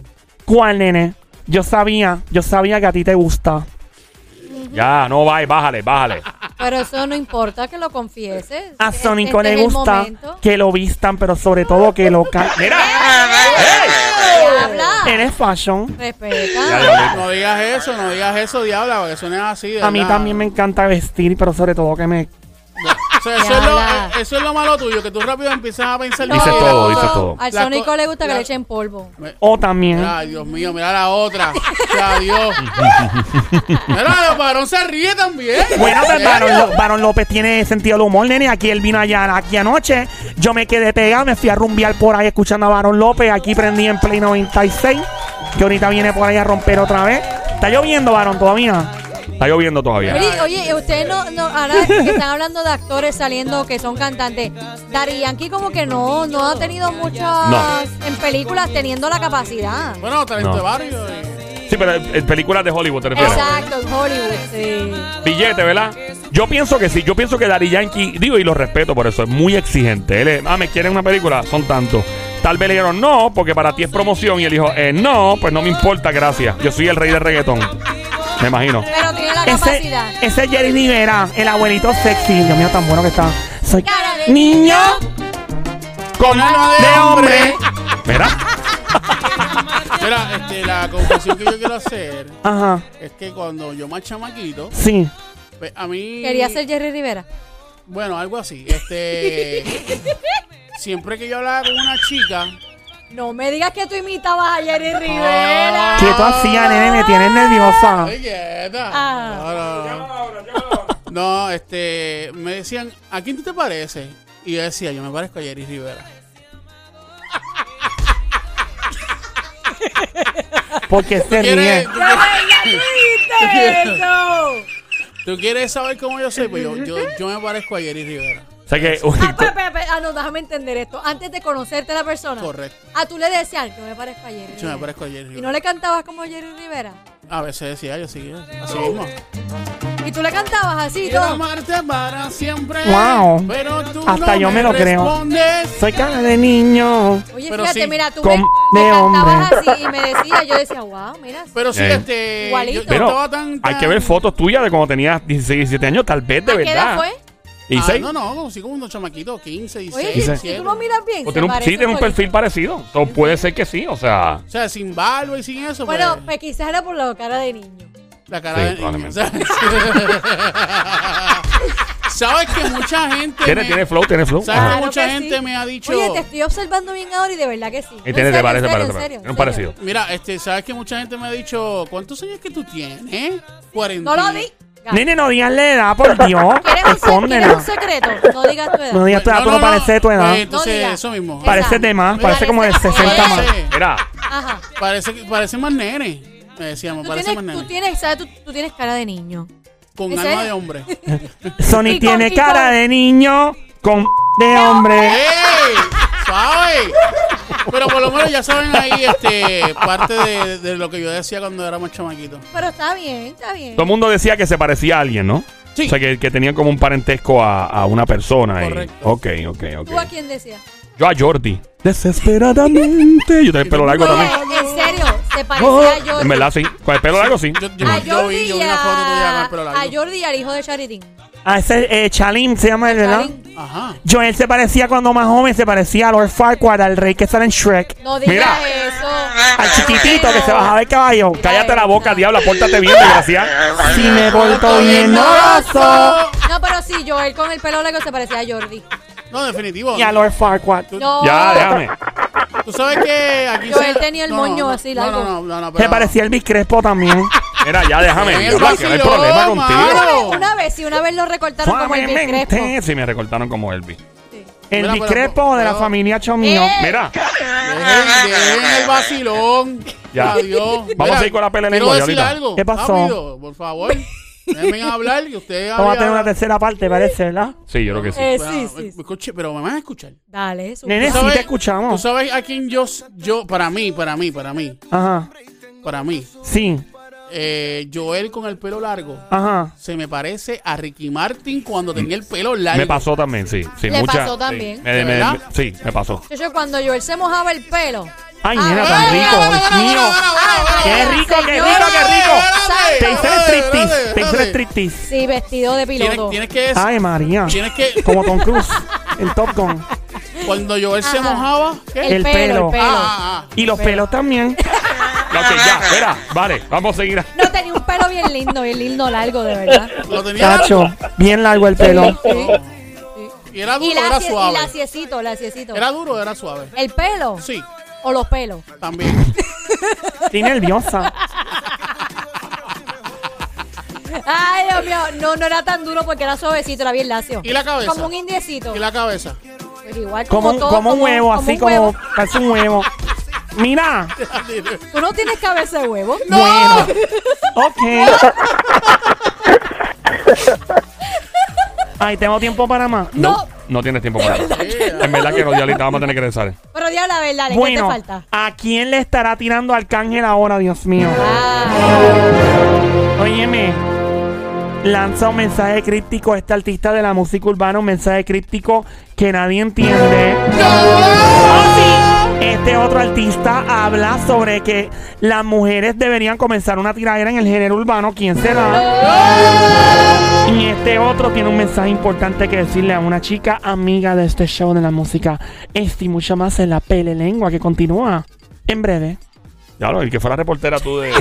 Speaker 7: ¿Cuál, nene? Yo sabía, yo sabía que a ti te gusta.
Speaker 1: Ya, no, bye, bájale, bájale.
Speaker 2: Pero eso no importa que lo confieses.
Speaker 7: A
Speaker 2: Este-
Speaker 7: Sónico
Speaker 2: este
Speaker 7: le
Speaker 2: es el
Speaker 7: gusta
Speaker 2: momento.
Speaker 7: que lo vistan, pero sobre todo que lo ca-
Speaker 1: Mira.
Speaker 2: Habla.
Speaker 7: Eres fashion.
Speaker 1: Ya,
Speaker 2: Respeta.
Speaker 1: ya,
Speaker 5: No digas eso, no digas eso, diabla, porque eso no es así. de
Speaker 7: A mí
Speaker 5: verdad.
Speaker 7: también me encanta vestir, pero sobre todo que me...
Speaker 5: O sea, eso, es
Speaker 2: Diabla.
Speaker 5: lo, eh, eso es lo malo tuyo, que tú rápido empiezas a pensar.
Speaker 1: Dices
Speaker 5: que-
Speaker 1: todo, dices todo.
Speaker 2: Al
Speaker 5: La
Speaker 2: Sónico
Speaker 5: co-
Speaker 2: le gusta que
Speaker 5: la-
Speaker 2: le echen polvo.
Speaker 7: O Oh, también...
Speaker 5: Ay, Dios mío, mira la otra. O sea, Dios. mira, el varón se ríe también. ¿Eh?
Speaker 7: Bueno,
Speaker 5: ¿En
Speaker 7: pues
Speaker 5: serio?
Speaker 7: Barón, Ló- Barón López tiene sentido del humor, nene. Aquí él vino allá aquí anoche. Yo me quedé pegado, me fui a rumbear por ahí escuchando a Barón López. Aquí prendí en Play 96, que ahorita viene por ahí a romper otra vez. Está lloviendo, Barón, todavía.
Speaker 1: Está lloviendo todavía.
Speaker 2: Oye, oye, ustedes no, no, ahora que están hablando de actores saliendo que son cantantes, Dari Yankee como que no, no ha tenido muchas
Speaker 1: No.
Speaker 2: en películas teniendo la capacidad.
Speaker 5: Bueno, talento
Speaker 1: No.
Speaker 5: de barrio. eh.
Speaker 1: Sí, pero eh, películas de Hollywood te refieres.
Speaker 2: Exacto, en Hollywood, sí.
Speaker 1: Billete, ¿verdad? Yo pienso que sí. Yo pienso que Daddy Yankee, digo, y lo respeto por eso, es muy exigente. Él es, ah, ¿me quieren una película? Son tantos. Tal vez le dijeron no, porque para ti es promoción. Y él dijo, eh, no, pues no me importa, gracias. Yo soy el rey del reggaetón. Me imagino.
Speaker 2: Pero tiene la
Speaker 7: Ese,
Speaker 2: capacidad.
Speaker 7: ese es Jerry Rivera, el abuelito sexy. Dios mío, tan bueno que está. Soy
Speaker 2: Cara de
Speaker 7: niño
Speaker 1: Con
Speaker 7: de hombre.
Speaker 1: Mira,
Speaker 5: Mira, este, la confesión que yo quiero hacer
Speaker 7: Ajá,
Speaker 5: es que cuando yo más chamaquito,
Speaker 7: sí.
Speaker 5: pues, a mí.
Speaker 2: Quería ser Jerry Rivera.
Speaker 5: Bueno, algo así. Este. siempre que yo hablaba con una chica.
Speaker 2: No me digas que tú imitabas a Jerry Rivera.
Speaker 7: ¿Qué tú hacías, ah, nene? Me tienes nerviosa.
Speaker 5: Ay, Ah, quieta.
Speaker 2: Ah.
Speaker 5: No, no, no. No, este. Me decían, ¿a quién tú te pareces? Y yo decía, yo me parezco a Jerry Rivera.
Speaker 7: Porque se
Speaker 5: ¿Quieres,
Speaker 7: ríe.
Speaker 5: tú, quieres,
Speaker 2: ¡Eso!
Speaker 5: tú quieres saber cómo yo soy? Pues yo, yo, yo me parezco a Jerry Rivera.
Speaker 1: o sea que.
Speaker 2: Ah, espera, espera, espera. Ah, no, déjame entender esto. Antes de conocerte a la persona.
Speaker 5: Correcto.
Speaker 2: Ah, tú le decías, yo me parezco a Jerry
Speaker 5: Yo me
Speaker 2: Rivera.
Speaker 5: parezco a Jerry
Speaker 2: Y no
Speaker 5: Rivera.
Speaker 2: le cantabas como Jerry Rivera.
Speaker 5: A veces decía yo, sí, así mismo.
Speaker 2: Y tú le cantabas así,
Speaker 5: Quiero
Speaker 2: todo.
Speaker 5: amarte para siempre.
Speaker 7: Wow.
Speaker 5: Pero tú
Speaker 7: Hasta
Speaker 5: no
Speaker 7: yo me
Speaker 5: me
Speaker 7: lo creo.
Speaker 5: respondes.
Speaker 7: Soy cara de niño.
Speaker 2: Oye,
Speaker 5: Pero
Speaker 2: fíjate,
Speaker 5: sí.
Speaker 2: mira, tú me,
Speaker 7: Con-
Speaker 2: me
Speaker 7: de
Speaker 2: cantabas
Speaker 7: hombre.
Speaker 2: así y me decías, yo decía, wow, mira.
Speaker 5: Pero sí,
Speaker 1: Eh.
Speaker 5: este.
Speaker 2: Igualito.
Speaker 5: Yo, yo
Speaker 1: Pero
Speaker 5: estaba tan,
Speaker 1: hay que
Speaker 5: tan-
Speaker 1: ver fotos tuyas de cuando tenías 16, 17 años, tal vez de
Speaker 2: ¿A qué edad
Speaker 1: verdad.
Speaker 2: fue?
Speaker 1: ¿Y
Speaker 5: Ah,
Speaker 1: seis?
Speaker 5: no, no, sí, como unos chamaquitos, 15, 16.
Speaker 2: Oye, si
Speaker 5: 17.
Speaker 2: tú lo miras bien,
Speaker 1: O
Speaker 2: se
Speaker 1: tiene un,
Speaker 2: parece
Speaker 1: sí, tiene un
Speaker 2: poquito.
Speaker 1: perfil parecido. O puede ser que sí, o sea.
Speaker 5: O sea, sin barba y sin eso.
Speaker 2: Bueno,
Speaker 5: pues,
Speaker 2: pues quizás era por la cara de niño.
Speaker 5: la
Speaker 1: Sí,
Speaker 5: cara de.
Speaker 1: probablemente.
Speaker 5: o sea, ¿Sabes que mucha gente.
Speaker 1: Tiene,
Speaker 5: me-
Speaker 1: tiene flow, tiene flow.
Speaker 5: ¿Sabes
Speaker 1: Ajá.
Speaker 5: que
Speaker 2: Claro
Speaker 5: mucha
Speaker 2: que
Speaker 5: gente
Speaker 2: sí.
Speaker 5: me ha dicho.
Speaker 2: Oye, te estoy observando bien ahora y de verdad que sí.
Speaker 1: Y
Speaker 2: No,
Speaker 1: tiene,
Speaker 2: en
Speaker 1: te
Speaker 2: serio,
Speaker 1: parece,
Speaker 2: en serio,
Speaker 1: te parece,
Speaker 2: en serio,
Speaker 1: parece. Un
Speaker 2: en
Speaker 1: parecido.
Speaker 5: Mira, este, ¿sabes que mucha gente me ha dicho. ¿Cuántos años que tú tienes? 40.
Speaker 2: serio. No lo di.
Speaker 7: Nene, no digas la edad, por Dios.
Speaker 2: ¿Quieres un, se- quieres un
Speaker 7: Escóndela.
Speaker 2: secreto? No digas tu edad.
Speaker 7: No digas tu edad, tú no pareces de tu edad.
Speaker 5: Eh, entonces,
Speaker 2: No digas.
Speaker 5: eso mismo. Eh,
Speaker 2: Pare-
Speaker 7: Pareces de más, parece como de
Speaker 2: Parece-
Speaker 7: 60 más.
Speaker 5: Parece,
Speaker 1: Mira,
Speaker 2: Ajá.
Speaker 5: parece, que- parece más nene. Me decían, me
Speaker 2: Tú
Speaker 5: parece más
Speaker 2: tienes, tú,
Speaker 5: nene.
Speaker 2: tienes, ¿sabes? Tú, tú tienes cara de niño.
Speaker 5: Con
Speaker 2: ¿En
Speaker 5: alma de
Speaker 2: serio?
Speaker 5: hombre.
Speaker 7: Sony
Speaker 2: Y con-
Speaker 7: tiene
Speaker 2: y
Speaker 7: cara
Speaker 2: con-
Speaker 7: de niño con de hombre.
Speaker 5: ¡Ey! ¿Sabes? Pero por lo menos ya saben ahí este, parte de, de lo que yo decía cuando era más chamaquito.
Speaker 2: Pero está bien, está bien.
Speaker 1: todo el mundo decía que se parecía a alguien, ¿no?
Speaker 5: Sí.
Speaker 1: O sea, que, que tenían como un parentesco a, a una persona. y-
Speaker 5: Correcto.
Speaker 1: ok, ok, ok.
Speaker 2: ¿Tú a quién decías?
Speaker 1: Yo a Jordi. Desesperadamente. Yo tengo el pelo largo
Speaker 2: No,
Speaker 1: también.
Speaker 2: en serio, se parecía a Jordi.
Speaker 1: Oh, En verdad, sí. Con el pelo largo, sí.
Speaker 5: Yo, yo-
Speaker 2: A
Speaker 5: yo
Speaker 2: Jordi
Speaker 5: vi, yo
Speaker 2: y
Speaker 5: vi una foto tuya con el pelo
Speaker 2: a, a
Speaker 5: largo.
Speaker 2: Jordi y al hijo de Charitín.
Speaker 7: A ese eh, Chalim se llama él, ¿verdad?
Speaker 2: Charín.
Speaker 5: Ajá.
Speaker 7: Joel se parecía cuando más joven, se parecía a Lord Farquaad, al rey que sale en Shrek.
Speaker 2: No digas
Speaker 1: Mira.
Speaker 2: eso.
Speaker 7: Al chiquitito que se bajaba del caballo.
Speaker 1: Cállate la boca,
Speaker 2: Ay,
Speaker 1: diabla. Pórtate bien, desgraciada.
Speaker 7: Si me volto bien
Speaker 2: ¡Noso! No, pero sí, Joel con el pelo largo se parecía a Jordi.
Speaker 5: No, definitivo.
Speaker 7: Y a Lord Farquaad.
Speaker 5: Tú-
Speaker 2: No.
Speaker 1: Ya, déjame.
Speaker 5: Tú sabes que aquí
Speaker 2: Joel tenía el moño
Speaker 5: no,
Speaker 2: así
Speaker 5: no,
Speaker 2: largo.
Speaker 5: No, no, no, no,
Speaker 7: Se
Speaker 5: pero-
Speaker 7: parecía a Elvis Crespo también.
Speaker 1: Mira, ya déjame.
Speaker 5: Ay,
Speaker 1: diabla, que no hay
Speaker 5: vacilón,
Speaker 1: problema
Speaker 2: Una
Speaker 1: contigo.
Speaker 5: mano.
Speaker 2: vez, una vez, sí, una vez lo recortaron como el Elvis Crespo.
Speaker 1: Suavemente. Sí, me recortaron como Elvis.
Speaker 7: Elvis
Speaker 5: pero-
Speaker 7: Crespo de la
Speaker 5: pero-
Speaker 7: familia Chomío.
Speaker 2: Eh.
Speaker 1: Mira,
Speaker 5: Dejen, dejen el vacilón.
Speaker 1: Ya.
Speaker 5: Adiós.
Speaker 1: Vamos a seguir con la pelea de
Speaker 5: Quiero
Speaker 1: lengua,
Speaker 5: decir
Speaker 1: Yolita.
Speaker 5: algo.
Speaker 7: ¿Qué pasó?
Speaker 5: Rápido, por favor. Déjenme hablar que ustedes
Speaker 7: Vamos a tener una
Speaker 5: hablan.
Speaker 7: tercera parte, parece, ¿verdad?
Speaker 1: sí, yo creo que sí.
Speaker 2: Eh,
Speaker 5: Bueno,
Speaker 2: sí, sí, sí.
Speaker 5: Ah, escuche, pero me van a escuchar.
Speaker 2: Eh, Dale, su-
Speaker 7: Nene,
Speaker 5: ¿Tú
Speaker 7: Eh, sí
Speaker 5: sabes-
Speaker 7: te escuchamos.
Speaker 5: Tú sabes a quién yo, yo, para mí, para mí, para mí,
Speaker 7: Ajá.
Speaker 5: para mí,
Speaker 7: Sí.
Speaker 5: eh, Joel con el pelo largo
Speaker 7: Ajá.
Speaker 5: se me parece a Ricky Martin cuando tenía el pelo largo.
Speaker 1: Me pasó también, sí. sí
Speaker 2: Le
Speaker 1: mucha-
Speaker 2: pasó
Speaker 1: sí.
Speaker 2: también.
Speaker 1: Me- me-
Speaker 5: ¿Verdad?
Speaker 1: me- sí, me pasó.
Speaker 2: Yo, yo, cuando Joel se mojaba el pelo.
Speaker 7: Ay,
Speaker 2: Ah,
Speaker 7: nena,
Speaker 2: eh,
Speaker 7: tan rico. Dios mío.
Speaker 2: Ah,
Speaker 7: Qué rico, qué rico, qué rico.
Speaker 2: Ay,
Speaker 7: Te hice el
Speaker 5: Espérate,
Speaker 7: striptease. Te hice el
Speaker 5: espérate.
Speaker 7: striptease.
Speaker 2: Sí, vestido de piloto.
Speaker 5: Tienes, tienes que decir-
Speaker 7: Ay, María.
Speaker 5: tienes que
Speaker 7: Como Tom Cruise. El Top Gun.
Speaker 5: cuando Joel se
Speaker 2: Ajá.
Speaker 5: mojaba, ¿qué?
Speaker 2: El,
Speaker 7: el
Speaker 2: pelo,
Speaker 7: pelo.
Speaker 2: el pelo.
Speaker 5: Ah, ah, ah.
Speaker 7: Y los pelos también.
Speaker 1: Ok, ya, espera. Vale, vamos a seguir.
Speaker 2: No, tenía un pelo bien lindo, bien lindo, largo, de verdad.
Speaker 5: lo tenía
Speaker 7: Cacho.
Speaker 5: largo.
Speaker 7: Bien largo el pelo.
Speaker 2: Sí.
Speaker 5: y era duro,
Speaker 2: Y la
Speaker 5: era
Speaker 2: cie-
Speaker 5: suave.
Speaker 2: y laciecito, laciecito.
Speaker 5: Era duro, era suave.
Speaker 2: ¿El pelo?
Speaker 5: Sí,
Speaker 2: ¿O los pelos?
Speaker 5: también.
Speaker 7: Estoy nerviosa.
Speaker 2: Ay, Dios mío. No, no era tan duro porque era suavecito, era bien lacio.
Speaker 5: ¿Y la cabeza?
Speaker 2: Como un indiecito.
Speaker 5: Y la cabeza.
Speaker 2: Pero igual,
Speaker 7: Como,
Speaker 2: como,
Speaker 7: un-
Speaker 2: todo,
Speaker 7: como un huevo,
Speaker 2: como
Speaker 7: así
Speaker 2: un huevo.
Speaker 7: como. Casi un huevo. Mira.
Speaker 2: ¿Tú no tienes cabeza de huevo?
Speaker 7: Bueno. Ok. Ay, tengo tiempo para más.
Speaker 1: No,
Speaker 2: No.
Speaker 1: no tienes tiempo para nada. En verdad que no, Dialita, vamos a tener que regresar.
Speaker 2: Pero di la verdad, ¿qué te
Speaker 7: Bueno,
Speaker 2: falta?
Speaker 7: ¿a quién le estará tirando Arcángel ahora, Dios mío?
Speaker 2: Ah,
Speaker 7: Óyeme, lanza un mensaje críptico a este artista de la música urbana, un mensaje críptico que nadie entiende. Oh, sí. Este otro artista habla sobre que las mujeres deberían comenzar una tiradera en el género urbano, ¿quién será?
Speaker 2: Oh.
Speaker 7: Y este otro tiene un mensaje importante que decirle a una chica amiga de este show de la música. Este y mucho más en la pele lengua que continúa en breve.
Speaker 1: Ya, lo, el que fuera reportera tú de.